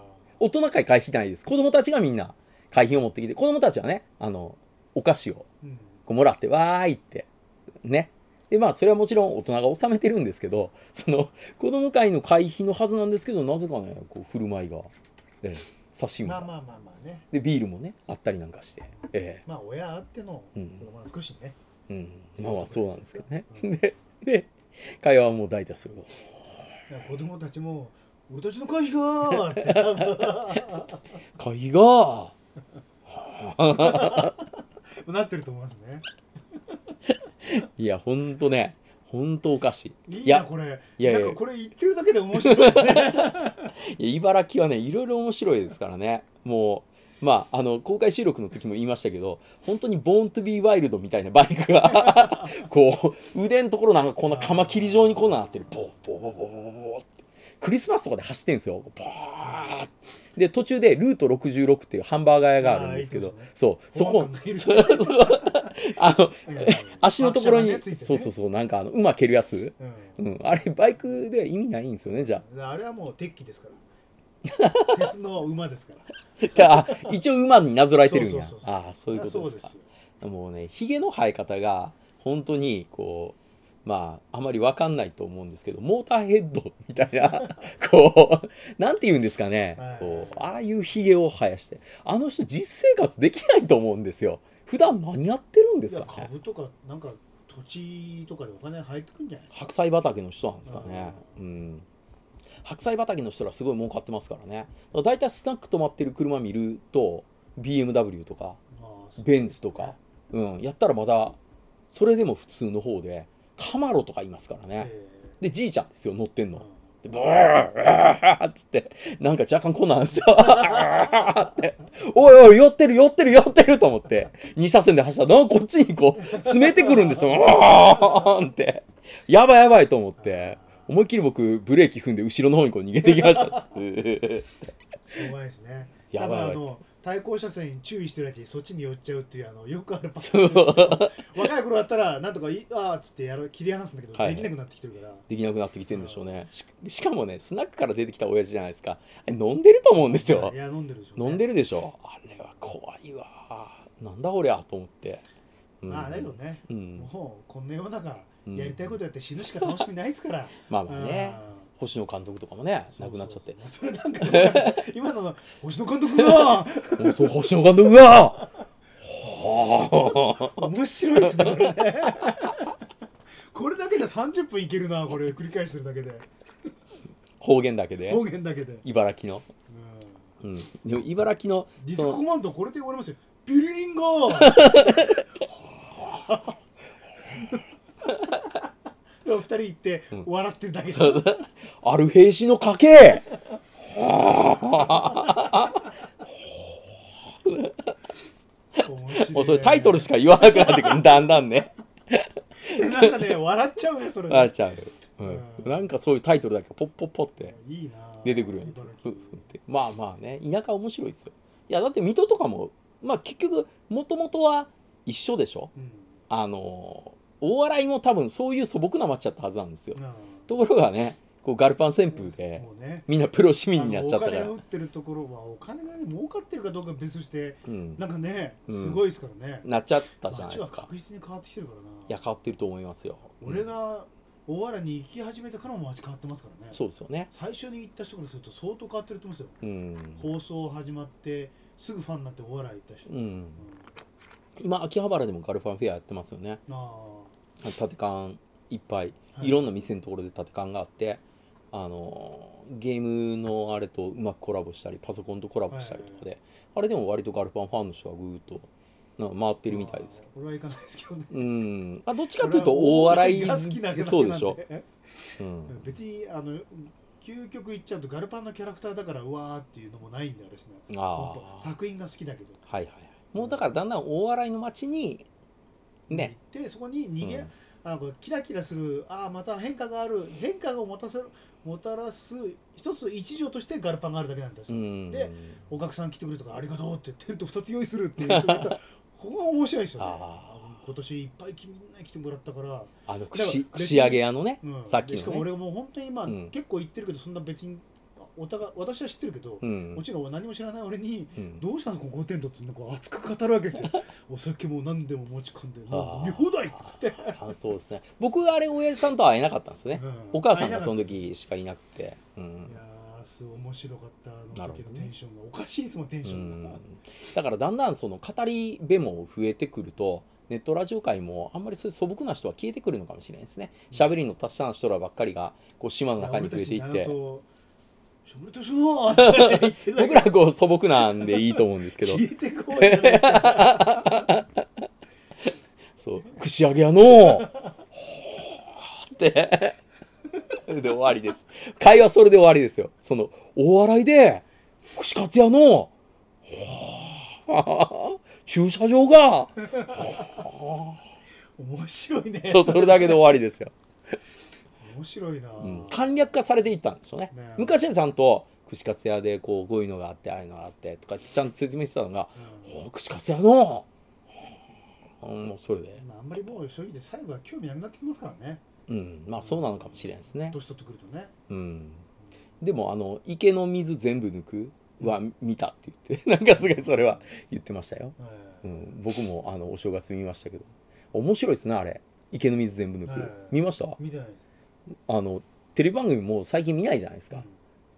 S1: 大人会会費ないです子供たちがみんな会費を持ってきて子供たちはねあのお菓子を
S2: うん
S1: こうもらってわーいってねでまあそれはもちろん大人が納めてるんですけどその子供会の会費のはずなんですけどなぜかねこう振る舞いが、ええ、刺身
S2: まあ
S1: が
S2: まあまあまあね
S1: でビールもねあったりなんかして、え
S2: まあ親あっての
S1: うん
S2: 子供は少しね
S1: えうん、まあまあそうなんですけどね、
S2: うん
S1: で で会話はもう大体それを
S2: だから子供たちも「俺たちの会費が!」って多分
S1: 「会費が!」
S2: なってると思いますね
S1: いやほんとね本当おかしい
S2: い
S1: い
S2: いな
S1: や
S2: これ
S1: いやいや
S2: なんかこれ言ってるだけで面白い です ね
S1: いや茨城はねいろいろ面白いですからねもうまああの公開収録の時も言いましたけど本当にボーン・トゥ・ビー・ワイルドみたいなバイクが こう腕のところなんかこんなカマキリ状にこんななってるボーボーボーボーボーボーってクリスマスとかで走ってんですよボーってで途中でルート66っていうハンバーガー屋があるんですけど
S2: あーいいです
S1: そうそこ
S2: 保安官がいる
S1: あの
S2: うん
S1: 足のところに、
S2: 拍車がねついてね
S1: そうそうそうなんかあの馬蹴るやつ、
S2: うん
S1: うん、あれバイクでは意味ないんですよねじゃあ
S2: だからあれはもう鉄器ですから 鉄の馬ですから
S1: あ一応馬になぞらえてるんや
S2: そうそうそうそう
S1: ああそういうことです
S2: そ
S1: か
S2: うよ
S1: もうねひげの生え方が本当にこうまああまり分かんないと思うんですけどモーターヘッドみたい なこうなんて言うんですかね
S2: はい
S1: こうああいうひげを生やしてあの人実生活できないと思うんですよ普段何やってるんですか
S2: いや
S1: ね
S2: 株とかなんか土地とかでお金入ってくんじゃないですか
S1: 白菜畑の人なんですかねうん白菜畑の人らすごい儲かってますからねだいたいスナック止まってる車見ると BMW とか
S2: ああそう
S1: ベンツとか、うん、やったらまだそれでも普通の方でカマロとかいますからね、
S2: え
S1: でじいちゃんですよ乗ってん
S2: え
S1: の
S2: うん、
S1: でブーブーっつってなんか若干こんなん ですよっておいおい寄ってる寄ってる寄ってると思って2車線で走ったらなんかこっちにこう詰めてくるんですようわーんってやばいやばいと思って
S2: あ
S1: 思いっきり僕ブレーキ踏んで後ろの方にこう逃げていき ましたうー
S2: ー怖いですね
S1: やばいやば
S2: 多分
S1: い
S2: あの対向車線に注意してるやつにそっちに寄っちゃうっていうあのよくあるパタ
S1: そ
S2: ーンですよ
S1: う
S2: 若い頃だったらなんとかいいあーっつってやる切り離すんだけど、
S1: はい
S2: できなくなってきてるから
S1: できなくなってきてるんでしょうねししかもねスナックから出てきた親父じゃないですかあれ飲んでると思うんですよ
S2: いや飲んでるでしょうね、
S1: 飲んでるでしょあれは怖いわなんだこりゃと思って、うん
S2: まあだけどね、
S1: うん、
S2: もうこんな世の中
S1: うん
S2: やりたいことやって死ぬしか楽しみないですから、
S1: まあまあね
S2: うん
S1: 星野監督とかもね
S2: そう
S1: 亡くなっちゃって
S2: そう そうそれなんかね今の星野監督が
S1: もうそう 星野監督が はあ
S2: 面白いですねこれ ねこれだけで30分いけるなこれ繰り返してるだけで
S1: 方言だけで
S2: 方言だけで、うん
S1: 茨城の、うん、でも茨城の
S2: ディス
S1: そ
S2: コ
S1: の
S2: コマンドこれで終わりますよビュリリ ンゴはあでも二人行って
S1: うん
S2: 笑ってるだけで、
S1: アルヘイシの家系
S2: 面白い
S1: もうそれタイトルしか言わなくなってくるだんだんね
S2: なんかね笑っちゃうねそれ
S1: あ
S2: ね
S1: ちゃう、うん
S2: うん
S1: なんかそういうタイトルだけポッポッポって
S2: いいな
S1: 出てくるよね
S2: 茨
S1: ふ
S2: 城
S1: ふってまあまあね田舎面白いですよいやだって水戸とかもまあ結局もともとは一緒でしょ
S2: うん
S1: あのー大洗も多分そういう素朴な町だったはずなんですよ
S2: うん
S1: ところがねこうガルパン旋風で
S2: もうね
S1: みんなプロ市
S2: あ
S1: 民になっ
S2: の
S1: ちゃ
S2: お
S1: ったか
S2: 金
S1: ら
S2: が打ってるところはお金がね儲かってるかどうかは別として
S1: うん
S2: なんかね
S1: うん
S2: すごいですからね、
S1: なっちゃったじゃない
S2: 街
S1: で
S2: は
S1: すか
S2: 確実に変わってきてるからない
S1: や変わってると思いますよ
S2: 俺
S1: うん
S2: が大原に行き始めてからも街変わってますからね
S1: そうですよね
S2: 最初に行った人からすると相当変わってると思いますよ
S1: うん、
S2: 放送始まってすぐファンになって大原行った人、
S1: う
S2: うん
S1: ん、今秋葉原でもガルパンフェアやってますよね
S2: あ
S1: 立て缶いっぱい
S2: あ
S1: いろんな店のところで立て缶があって、あのーゲームのあれとうまくコラボしたりパソコンとコラボしたりとかで、あれでも割とガルパンファンの人はぐーっとなんか回ってるみたいですけ
S2: けど俺は行かないですけどね
S1: どうんあどっちかというと大笑い
S2: 俺は大が好きなだけなん
S1: そうでしょ、
S2: うん別にあの究極言っちゃうとガルパンのキャラクターだからうわーっていうのもないんで私ね
S1: うん、あ
S2: ほんと
S1: あ
S2: 作品が好きだけど
S1: はいはいはいもうだからだんだん大笑いの街にね、
S2: 行ってそこに逃げ、
S1: うん
S2: あのこうキラキラするああまた変化がある変化をもたせるもたらす一つ一条としてガルパンがあるだけなんです、
S1: うん、
S2: でお客さん来てくれるとかありがとうってテント2つ用意するっていう人が いたここが面白いですよね
S1: あ
S2: 今年いっぱいみんな来てもらったから、
S1: あの
S2: だから
S1: 串
S2: 別に
S1: 串揚げ屋のね、
S2: うん
S1: さっきのね
S2: でしかも俺もう本当に今、
S1: うん
S2: 結構行ってるけどそんな別にお互い私は知ってるけど、
S1: うん
S2: もちろん何も知らない俺に
S1: うん
S2: どうしたのここテントってなんか熱く語るわ けですよお酒も何でも持ち込んでもう飲み放題とか言って、
S1: あそうですね僕あれ親父さんとは会えなかったんですよね、
S2: う
S1: お母さんがそ
S2: い
S1: の時しかいなくて、う
S2: や
S1: ん
S2: ーすごい面白かったあ
S1: なる
S2: の
S1: ほ
S2: 時
S1: ど
S2: の
S1: ね
S2: テンションが、おかしいですもんテン
S1: う
S2: ション
S1: ん
S2: が、
S1: だからだんだんその語り部も増えてくるとネットラジオ界もあんまりそういう素朴な人は消えてくるのかもしれないですね喋、りの達者な人らばっかりがこう島の中に増えていっ
S2: 俺たち
S1: て
S2: になるとしょぶりとしようって言ってるだけ
S1: 僕ら こう素朴なんでいいと思うんですけ ど
S2: 消えてこうじゃないですか
S1: そう串揚げ屋のってで終わりです会話それで終わりですよそのお笑いで串カツ屋のはあ駐車場がは
S2: 面白いね
S1: あそうそれだけで終わりですよ、
S2: 面白いな、
S1: うん、簡略化されていったんでしょうね
S2: ね
S1: 昔はちゃんと串カツ屋でこうこういうのがあってああいうのがあってとかってちゃんと説明してたのが
S2: う
S1: お串カツ屋のあもうそれで
S2: ん、まああんまりもう正直で細部は興味なくなってきますからね
S1: うんまあそうなのかもしれんですね
S2: 年取ってくるとね
S1: うんでもあの池の水全部抜くは見たって言って なんかすごいそれは言ってましたよ、
S2: え
S1: う
S2: え
S1: ん、僕もあのお正月見ましたけど面白いですねあれ池の水全部抜く、
S2: はい
S1: 見ました
S2: 見てないです
S1: あのテレビ番組も最近見ないじゃないですか、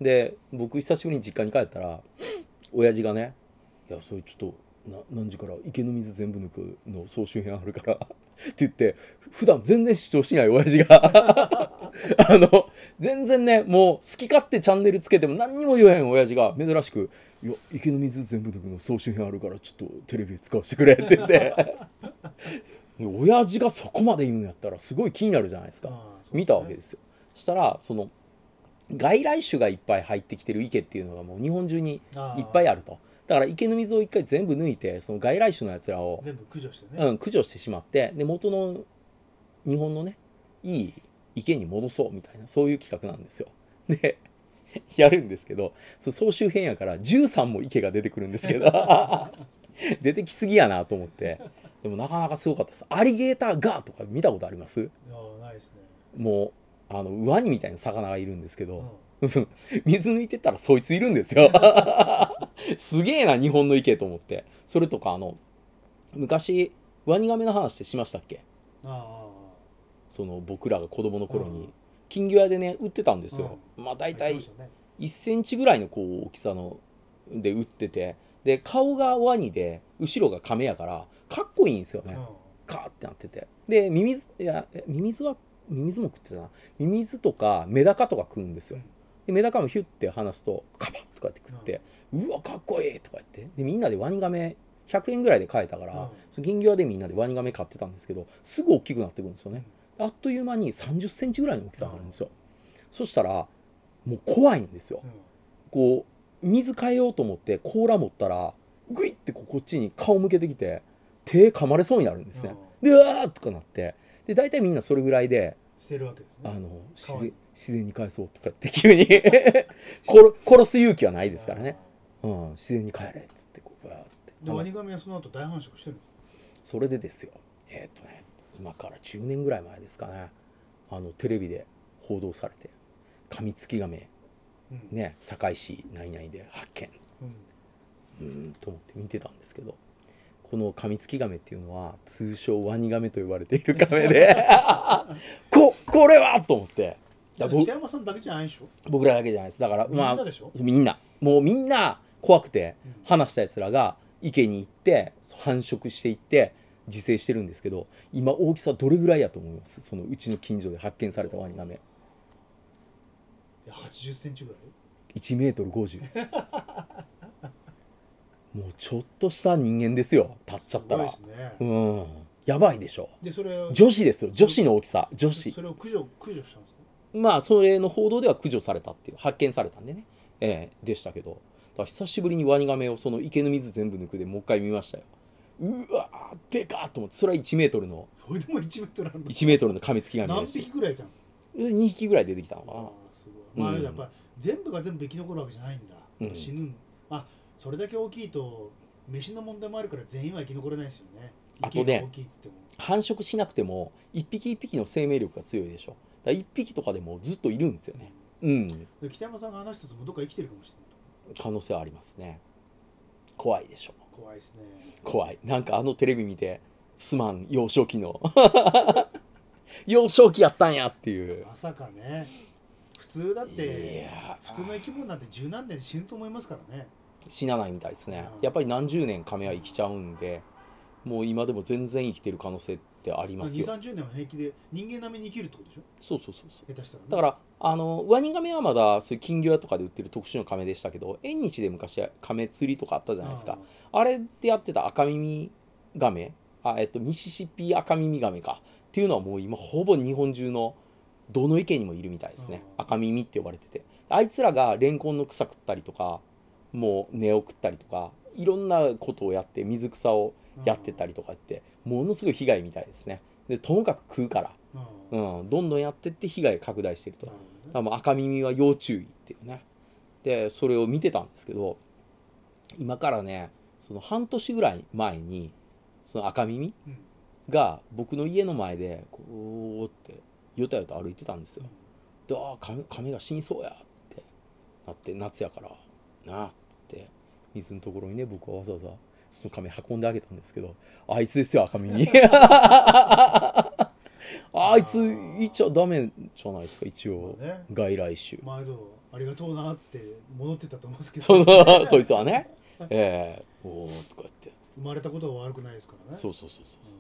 S1: で僕久しぶりに実家に帰ったら親父がね「いやそれちょっとな何時から池の水全部抜くの総集編あるから」って言って普段全然主張しない親父が あの全然ねもう好き勝手チャンネルつけても何にも言えへん親父が珍しく「いや池の水全部抜くの総集編あるからちょっとテレビ使わせてくれ」って言って。で親父がそこまで言うんやったらすごい気になるじゃないですか。
S2: ああそう
S1: 見たわけですすよ。そしたらその外来種がいっぱい入ってきてる池っていうのがもう日本中に
S2: ねああ
S1: いっぱいあるとだから池の水を一回全部抜いてその外来種のやつらを、
S2: 全部駆除してね、
S1: うん、駆除してしまってで元の日本のねいい池に戻そうみたいなそういう企画なんですよ。で やるんですけどそう総集編やから13も池が出てくるんですけど 出てきすぎやなと思ってでもなかなかすごかったです。アリゲーターガーとか見たことあります
S2: いやないですね、
S1: もうあのワニみたいな魚がいるんですけ
S2: うん
S1: ど、 水抜いてったらそいついるんですよ すげえな日本の池と思ってそれとかあの昔ワニガメの話ってしましたっけ
S2: ああああ
S1: その僕らが子供の頃
S2: う
S1: に
S2: ん
S1: 金魚屋でね売ってたんですよ、まあ
S2: ああ
S1: 大
S2: 入っ
S1: 体
S2: てましたね
S1: 1センチぐらいのこう大きさので売っててで顔がワニで後ろが亀やからかっこいいんですよね、カーってなっててでミミズいやえミミズはミミズも食ってたなミミズとかメダカとか食うんですよ
S2: うん
S1: でメダカもヒュッて離すとカパッとかって食って、うわかっこいいとか言ってでみんなでワニガメ100円ぐらいで買えたから、
S2: うん
S1: その金魚屋でみんなでワニガメ買ってたんですけどすぐ大きくなってくるんですよね、あっという間に3 0センチぐらいの大きさになるんですよ、そしたらもう怖いんですよ、
S2: うんうん
S1: こう水変えようと思って甲羅持ったらグイってこうこっちに顔向けてきて手噛まれそうになるんですね、でうわーっとかなってで大体みんなそれぐらいで
S2: 捨てるわけです
S1: あ
S2: ね
S1: の
S2: か
S1: 自
S2: わい
S1: 然
S2: い
S1: 自然に返そうとかって急に 殺殺す勇気はないですからね、うん、自然に帰れっつってこうバーっ
S2: ああでワ
S1: て
S2: ニガメはその後大繁殖してるの
S1: それでですよえーっとね今から10年ぐらい前ですかねあのテレビで報道されて「カミツキガメ
S2: うん
S1: ね堺市何々で発見」
S2: うん
S1: うーんと思って見てたんですけどこのカミツキガメっていうのは通称ワニガメと呼ばれているガメ でここれはと思ってだから
S2: だから
S1: ぼ
S2: 北山さんだけじゃないでしょ
S1: 僕らだけじゃないですだから
S2: みん
S1: まあ
S2: なでしょ、
S1: みんなもうみんな怖くて
S2: うん
S1: 話したやつらが池に行って繁殖していって自生してるんですけど今大きさどれぐらいやと思いますそのうちの近所で発見されたワニガメ
S2: いや80センチぐらい
S1: 1メートル50 もうちょっとした人間ですよ立っちゃったら
S2: すごいです
S1: う
S2: ね、
S1: んやばいでしょ
S2: でそれを
S1: 女子ですよ女子の大きさ女子
S2: それを駆除駆除したんですか
S1: まあそれの報道では駆除されたっていう発見されたんでね、ええでしたけどだから久しぶりにワニガメをその池の水全部抜くでもう一回見ましたようわーでかーと思ってそれは1メートルの
S2: それでも1メートルあるの
S1: 1メートルのカミツキガメ
S2: 何
S1: ですし
S2: 匹ぐらいいたんですか
S1: 2匹ぐらい出てきたのか
S2: あ
S1: な
S2: あすごいまあ
S1: うん
S2: やっぱ全部が全部生き残るわけじゃないんだやっぱ死ぬ、あそれだけ大きいと飯の問題もあるから全員は生き残れないですよね
S1: あと
S2: 意
S1: ね
S2: 見が大きいっつっても
S1: 繁殖しなくても1匹1匹の生命力が強いでしょだから1匹とかでもずっといるんですよねうん
S2: で北山さんが話したやつもどっか生きてるかもしれない
S1: 可能性はありますね怖いでしょ
S2: 怖いですね
S1: 怖いなんかあのテレビ見てすまん幼少期の 幼少期やったんやっていう
S2: まさかね普通だっ
S1: い
S2: て
S1: やー
S2: 普通の生き物なんて十何年で死ぬと思いますからね
S1: 死なないみたいですね
S2: うん
S1: やっぱり何十年亀は生きちゃうんでもう今でも全然生きてる可能性ってありま
S2: まあ
S1: す
S2: 2
S1: よ
S2: 三3 0年は平気で人間並みに生きるってことでしょ
S1: そうそうそうそう
S2: 下手したら、ね、
S1: だからあのワニガメはまだそういう金魚屋とかで売ってる特殊の亀でしたけど縁日で昔亀釣りとかあったじゃないですかあれでやってた赤耳ガメあ、えっと、ミシシッピ赤耳ガメかっていうのはもう今ほぼ日本中のどの池にもいるみたいですね、
S2: うん
S1: 赤耳って呼ばれててあいつらがレンコンの草食ったりとかもう根を食ったりとかいろんなことをやって水草をやってた
S2: り、
S1: りとかってものすごい被害みたいですねでともかく食うから、
S2: うん
S1: う
S2: なる
S1: ん、どんどんやってって被害拡大してると
S2: ほどね
S1: 多分赤耳は要注意っていうねでそれを見てたんですけど今からねその半年ぐらい前にその赤耳
S2: うん
S1: が僕の家の前でこうってよたよた歩いてたんですよでああ亀亀が死にそうやってなって夏やからなあって水のところにね僕はわざわざその亀運んであげたんですけどあいつですよ赤身にあいついちゃダメじゃないですか一
S2: うん
S1: 応
S2: まあね
S1: 外来種
S2: 毎度ありがとうなって戻ってたと思うんですけど
S1: その そいつ
S2: 生
S1: はねええおおとか言って
S2: まれたことは悪くないですからね
S1: そうそうそうそうそう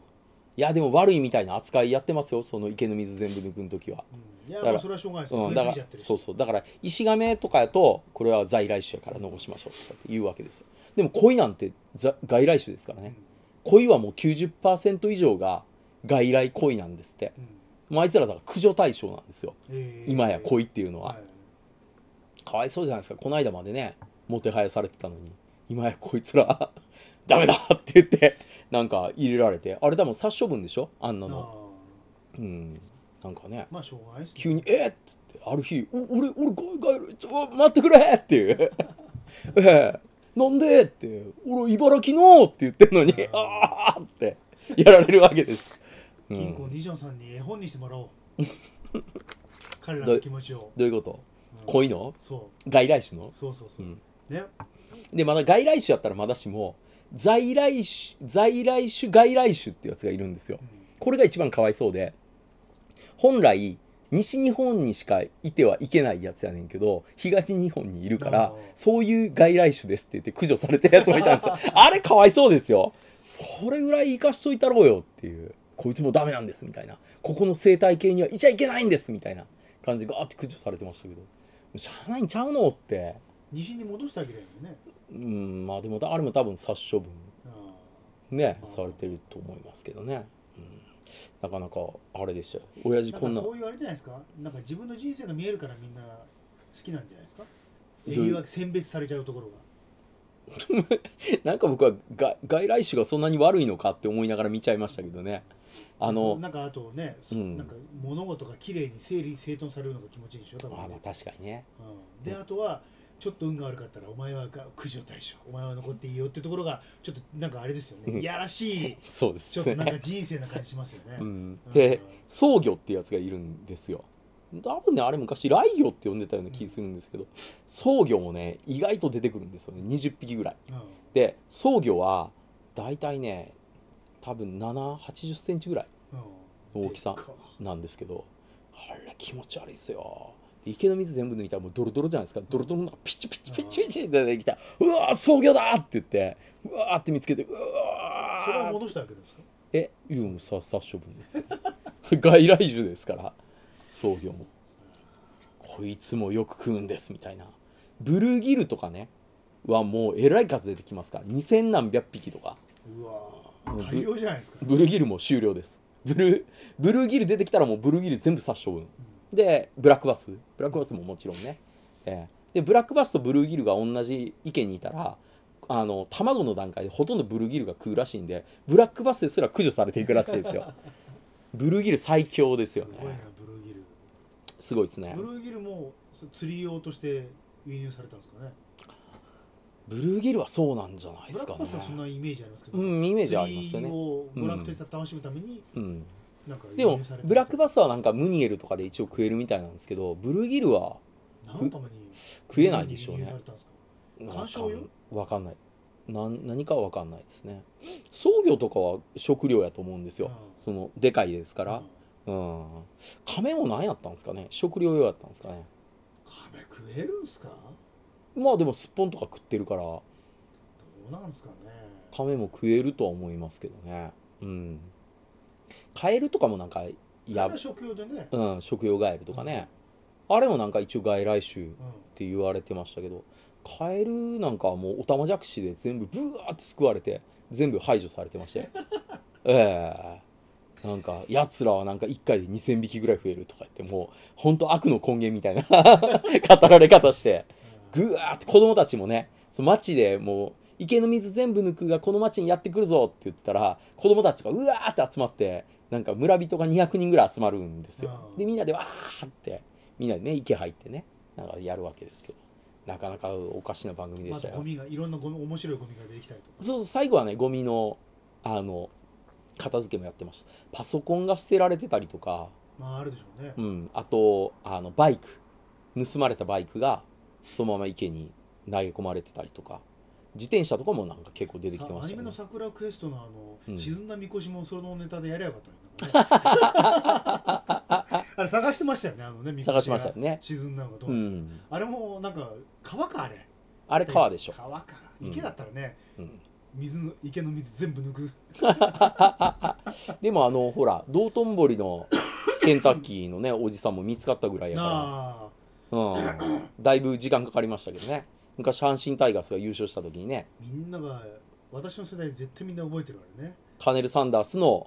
S1: いやでも悪いみたいな扱いやってますよその池の水全部抜くん時は
S2: うん、いや
S1: だから
S2: まあそれはしょうがないですよ、
S1: うん、
S2: 食
S1: だ
S2: いつ
S1: か
S2: いちゃ
S1: ら
S2: ってるし
S1: そうそうだから石亀とかやとこれは在来種やから残しましょうとかって言うわけですよでも鯉なんてざ外来種ですからね鯉はもう90%以上が外来鯉なんですって
S2: うんうん
S1: もうあいつらだから駆除対象なんですよ
S2: えー
S1: 今や恋っていうのは、
S2: い
S1: かわいそうじゃないですかこの間までねもてはやされてたのに今やこいつら ダメだって言ってなんか入れられてあれ多分殺処分でしょあんな
S2: あ
S1: の
S2: ー
S1: うんなんかね
S2: まあしょうがないですね
S1: 急に「えっ!」っつってある日「お俺俺ガイガイちょ待ってくれ!」っていう 「ええなんで?」って「俺茨城の!」って言ってんのに
S2: うん
S1: 「ああ!」ってやられるわけです、うん
S2: 銀行
S1: ど
S2: ニジョンさんに絵本にしても らおう彼らの気持ちを、
S1: ういうこと
S2: うん
S1: 恋の
S2: そ
S1: 外来種の
S2: うそうそうそう、
S1: うん
S2: ね
S1: でまだ外来種やったらまだしも在来種在来種外来種っていうやつがいるんですよ
S2: うん
S1: これが一番かわいそうで本来西日本にしかいてはいけないやつやねんけど東日本にいるか
S2: なる
S1: ら
S2: ほど
S1: そういう外来種ですって言って駆除されてるやつもいたんですよあれかわいそうですよこれぐらい生かしといたろうよっていうこいつもダメなんですみたいなここの生態系にはいちゃいけないんですみたいな感じがあって駆除されてましたけどしゃあないんちゃうのって
S2: 西に戻してあげればいいのね
S1: うんまあでもあれも多分殺処分
S2: あ
S1: ね
S2: あー
S1: されてると思いますけどね、うん、なかなかあれでしたよ親
S2: ー
S1: 父
S2: な
S1: こん
S2: ん
S1: な
S2: かそういうあれじゃないですかなんか自分の人生が見えるからみんな好きなんじゃないですか
S1: どう
S2: 理
S1: いう
S2: 由は選別されちゃうところが
S1: なんか僕はが外来種がそんなに悪いのかって思いながら見ちゃいましたけどねあの
S2: なんかあとね、す
S1: うん
S2: なんか物事が綺麗に整理整頓されるのが気持ちいいでしょ多
S1: あ
S2: 分
S1: まあ
S2: ね、
S1: 確かにね
S2: うん、であとはちょっと運が悪かったらお前はが駆除対象お前は残っていいよってところがちょっとなんかあれですよ
S1: うん
S2: ねいや らしい
S1: そうで
S2: ちょ
S1: す
S2: っとなん
S1: ね
S2: か人生な感じしますよね。
S1: うん
S2: うん
S1: で僧魚っていうやつがいるんですよ多分ねあれ昔雷魚って呼んでたような気するんですけど僧魚もね意外と出てくるんですよね20匹ぐらい
S2: うん
S1: で僧魚はだいたいね多分7 8 0センチぐらい
S2: うん
S1: 大きさ
S2: でっか
S1: なんですけどあれ気持ち悪いっすよ池の水全部抜いたらもうドロドロじゃないですかドロドロの中ピチピチピチピチって出てきたうわー創業だーって言ってうわーって見つけてうわー
S2: それは戻してあげるんですか
S1: えいやもうさ殺処分ですよ外来種ですから創業もこいつもよく食うんですみたいなブルーギルとかねはもうえらい数出てきますから2000何百匹とか
S2: う
S1: も
S2: わ
S1: う
S2: ー大量じゃないですか。
S1: ブルーギルも終了ですブルーブルーギル出てきたらもうブルーギル全部殺処分でブラックバスブラックバスももちろんね、えーでブラックバスとブルーギルが同じ池にいたらあの卵の段階でほとんどブルーギルが食うらしいんでブラックバスですら駆除されていくらしいですよブルーギル最強です
S2: す
S1: よ
S2: ごいな
S1: ね
S2: ブルーギル。
S1: すごいですね
S2: ブルーギルもそ釣り用として輸入されたんですかね。
S1: ブルーギルはそうなんじゃないで
S2: ブラ
S1: す
S2: ッ
S1: か
S2: ク
S1: ね
S2: バスはそんなイメージありますけど。
S1: うんイメージありますよ
S2: 釣り
S1: ね、
S2: を娯楽として楽しむために
S1: うん、
S2: なんか輸
S1: でも
S2: 入された。
S1: ブラックバスはなんかムニエルとかで一応食えるみたいなんですけどブルーギルは
S2: 何のために
S1: 食えないでしょう
S2: 輸入さ
S1: ね
S2: れたんですか
S1: わ
S2: 鑑賞よ
S1: かんわかんないなん何かはわかんないですね創業とかは食料やと思うんですよ、
S2: うん
S1: そのでかいですか
S2: う
S1: ら
S2: ん
S1: うん、亀も何やったんですかね食料用やったんですかね
S2: カメ食えるんすかど
S1: まあでもすっぽんとか食ってるから
S2: うなんすかね。
S1: 亀も食えるとは思いますけどねうんカエルとかもなんかや
S2: や食用でね。
S1: うん、食用ガエルとかね、あれもなんか一応外来種っ
S2: うん。うん
S1: て言われてましたけどカエルなんかはもうオタマジャクシで全部ブワーって救われて全部排除されてましてええなんかやつらはなんか1回で2,000匹ぐらい増えるとか言ってもうほんと悪の根源みたいな 語られ方してぐわーって子供たちもねその街でもう池の水全部抜くがこの町にやってくるぞって言ったら子供たちがうわーって集まってなんか村人が200人ぐらい集まるんですよ
S2: う。ん
S1: でみんなでわーってみんなでね池入ってねなんかやるわけですけどなかなかおかしな番組で
S2: ま
S1: した
S2: た
S1: よ。
S2: ゴミがいろんなゴミ面白いゴミが出てきたりとか
S1: そうそう最後はねゴミのあの片付けもやってましたパソコンが捨てられてたりとか、
S2: まああるでしょうね
S1: う、ん、あとあのバイク盗まれたバイクがそのまま池に投げ込まれてたりとか自転車とかもなんか結構出てきて
S2: さ
S1: ま
S2: ア
S1: し
S2: ニ
S1: た
S2: メ
S1: よ
S2: の「
S1: ね
S2: 桜クエスト」のあの、
S1: うん
S2: 沈んだみこしもそのネタでやりゃよかったのになん かねあれ探してましたよねあのねみこ
S1: 探し
S2: が
S1: ましたよね
S2: 沈んだのがどう
S1: う
S2: なのか、
S1: ん
S2: あれもなんか川かあれ
S1: あれ川でしょ、
S2: 川か
S1: うん
S2: 池だったらね、
S1: うん、
S2: 水の池の水全部抜く
S1: でもあのほら道頓堀のケンタッキーのねおじさんも見つかったぐらいやから
S2: なあ
S1: うん、だいぶ時間かかりましたけどね昔阪神タイガースが優勝した時にね
S2: みんなが私の世代絶対みんな覚えてるあれね
S1: カネル・サンダースの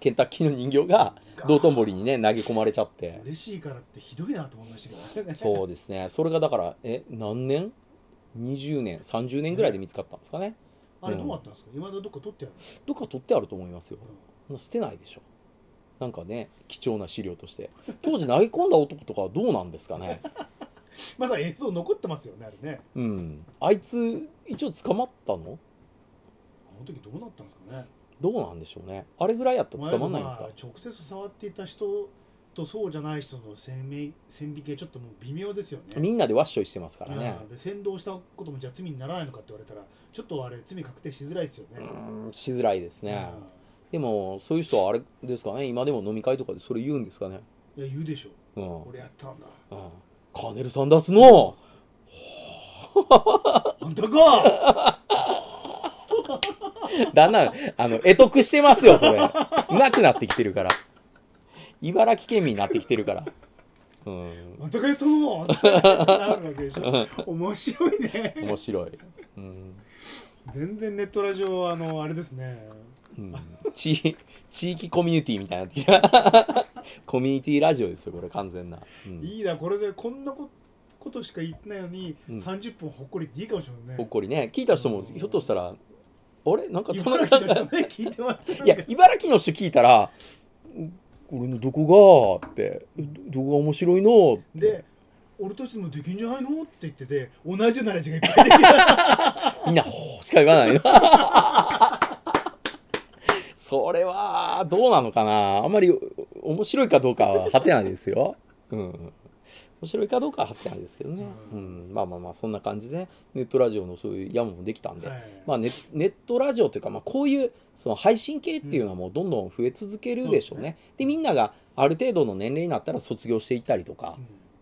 S1: ケンタッキーの人形が
S2: ガー
S1: 道頓堀にね投げ込まれちゃって
S2: 嬉しいからってひどいなと思いましたけどね
S1: そうですねそれがだからえ何年 ?20 年30年ぐらいで見つかったんですかね
S2: あれどうなったんですか今までどっか取ってやる
S1: どっか取ってあると思いますよ
S2: の、
S1: 捨てないでしょなんかね貴重な資料として当時投げ込んだ男とかはどうなんですかね
S2: まだ映像残ってますよねあれね
S1: うんあいつ一応捕まったの
S2: あの時どうなったんですかね
S1: どうなんでしょうねあれぐらいやったら捕まんないんですか
S2: まあ直接触っていた人とそうじゃない人の線明線引きがちょっともう微妙ですよね
S1: みんなでワッショイしてますからね
S2: うんで扇動したこともじゃあ罪にならないのかって言われたらちょっとあれ罪確定しづらいですよ
S1: う
S2: ね、
S1: んしづらいですねでもそういう人はあれですかね今でも飲み会とかでそれ言うんですかね
S2: うんいや言うでしょ
S1: うん、うん、
S2: 俺やったんだ
S1: カネル・サンダース の
S2: あんたか
S1: だんだんあの得得してますよそれなくなってきてるから茨城県民になってきてるからうん
S2: あんたがやったのってなるわけでしょ面白いね
S1: 面白い、うん
S2: 全然ネットラジオはあのあれですね
S1: うん、地 地域コミュニティみたいにな ってきたコミュニティラジオですよこれ完全な、うん
S2: いいなこれでこんなこことしか言ってないのに、
S1: うん
S2: 30分ほっこりっていいかもしれないね
S1: ほっこりね聞いた人も
S2: うん
S1: ひょっとしたらあれなんか田
S2: 茨
S1: 中
S2: 城
S1: さん
S2: の
S1: が
S2: 人ね聞いてもらってなん
S1: いや
S2: か
S1: 茨城の人聞いたら「俺のどこが?」って「どどこが面白いの?」って
S2: で俺たちでもできんじゃないのって言ってて同じような話がいっ ぱいできる
S1: みんな「ほう」しか言わないな それはどうなのかなあんまりお面白いかどうかははてないですよ、うん、面白いかどうかははてないですけどね、う、
S2: うん
S1: まあまあまあそんな感じでねネットラジオのそういう山もできたんで、
S2: はい
S1: まあ、ネネットラジオというか、まあ、こういうその配信系っていうのはもうどんどん増え続けるでしょうね。
S2: そう
S1: でみんながある程度の年齢になったら卒業していったりとか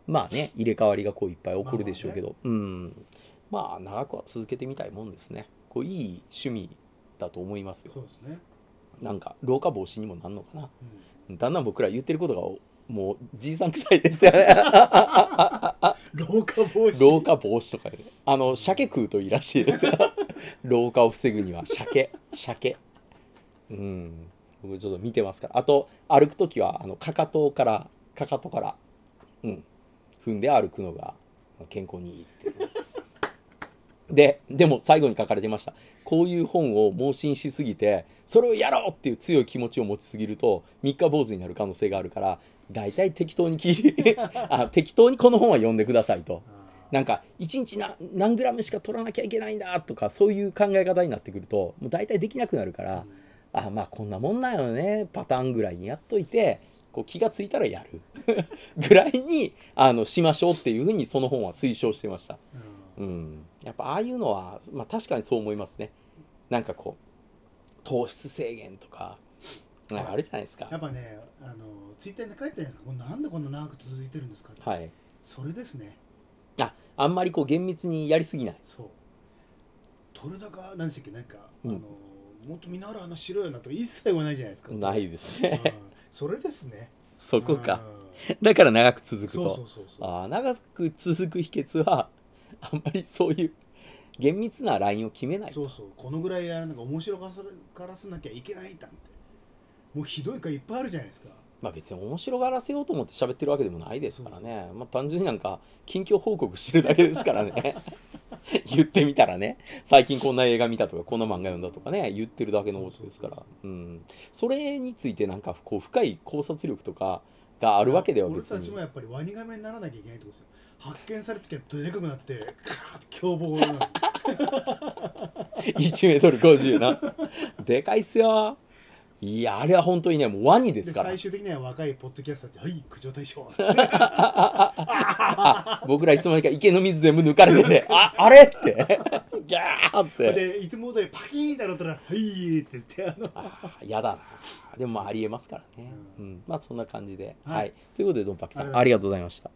S2: う、ん
S1: まあ ね入れ替わりがこういっぱい起こるでしょうけど、うんまあ長くは続けてみたいもんですね。こういい趣味だと思いますよ
S2: そ。うですね、
S1: なんか老化防止にもなんのかな。
S2: うん
S1: だんだん僕ら言ってることがもうじいさん臭いですよね。
S2: 老化防止
S1: 老化防止とかであの鮭食うといいらしいですよ老化を防ぐには鮭鮭うん僕ちょっと見てますからあと歩く時はあのかかとからかかとからうん踏んで歩くのが健康にいいっていうででも最後に書かれてましたこういう本を盲信しすぎてそれをやろうっていう強い気持ちを持ちすぎると三日坊主になる可能性があるから大体適当に聞いて あ適当にこの本は読んでくださいと
S2: あー
S1: なんか1日な何グラムしか取らなきゃいけないんだとかそういう考え方になってくるともう大体できなくなるから
S2: うん
S1: あまあこんなもんなんよねパターンぐらいにやっといてこう気がついたらやる ぐらいにあのしましょうっていうふうにその本は推奨してました、
S2: うん
S1: うん、やっぱああいうのは、まあ、確かにそう思いますねなんかこう糖質制限とかなんかあるじゃないです
S2: やっ
S1: か
S2: ぱねあのツイッターに書いてないですかこれなんでこんな長く続いてるんですかって
S1: はい
S2: それですね
S1: ああんまりこう厳密にやりすぎない
S2: そう取れ高何でしたっけなんか、
S1: うん
S2: あのもっと見ながら話しろよなとか一切言わないじゃないですか
S1: ないです
S2: うん
S1: ね
S2: それですね
S1: そこか
S2: うん
S1: だから長く続くと
S2: そうそうそうそう
S1: あー長く続く秘訣はあんまりそういう厳密なラインを決めない
S2: そうそうこのぐらいやるのが面白がらせなきゃいけないだんてもうひどい回いっぱいあるじゃないですか
S1: まあ別に面白がらせようと思って喋ってるわけでもないですからね、まあ、単純になんか近況報告してるだけですから ね言ってみたらね最近こんな映画見たとかこんな漫画読んだとかね言ってるだけのことですから
S2: そうそう
S1: うんそれについてなんかこう深い考察力とかがあるわけでは
S2: 俺
S1: 別
S2: たち
S1: に
S2: もやっぱりワニガメにならなきゃいけないってことですよ発見された時はどでかくなってカーッて凶暴になる
S1: 1メートル50なでかいっすよいやあれは本当にねもうワニで
S2: です
S1: から
S2: 最終的には若いポッドキャスターって「はい苦情 対象」
S1: あ僕らいつの間にか池の水全部抜かれてて「 ああれ?」 って「ギャー!」って。
S2: でいつも通りパキーンってなったら「はい」って言ってあの
S1: ああ、やだな。でもまあありえますからね。う
S2: うん
S1: ん、まあそんな感じで、
S2: はい
S1: はい。ということで、ドンパキさん、
S2: あ
S1: あり
S2: り
S1: がとうございました。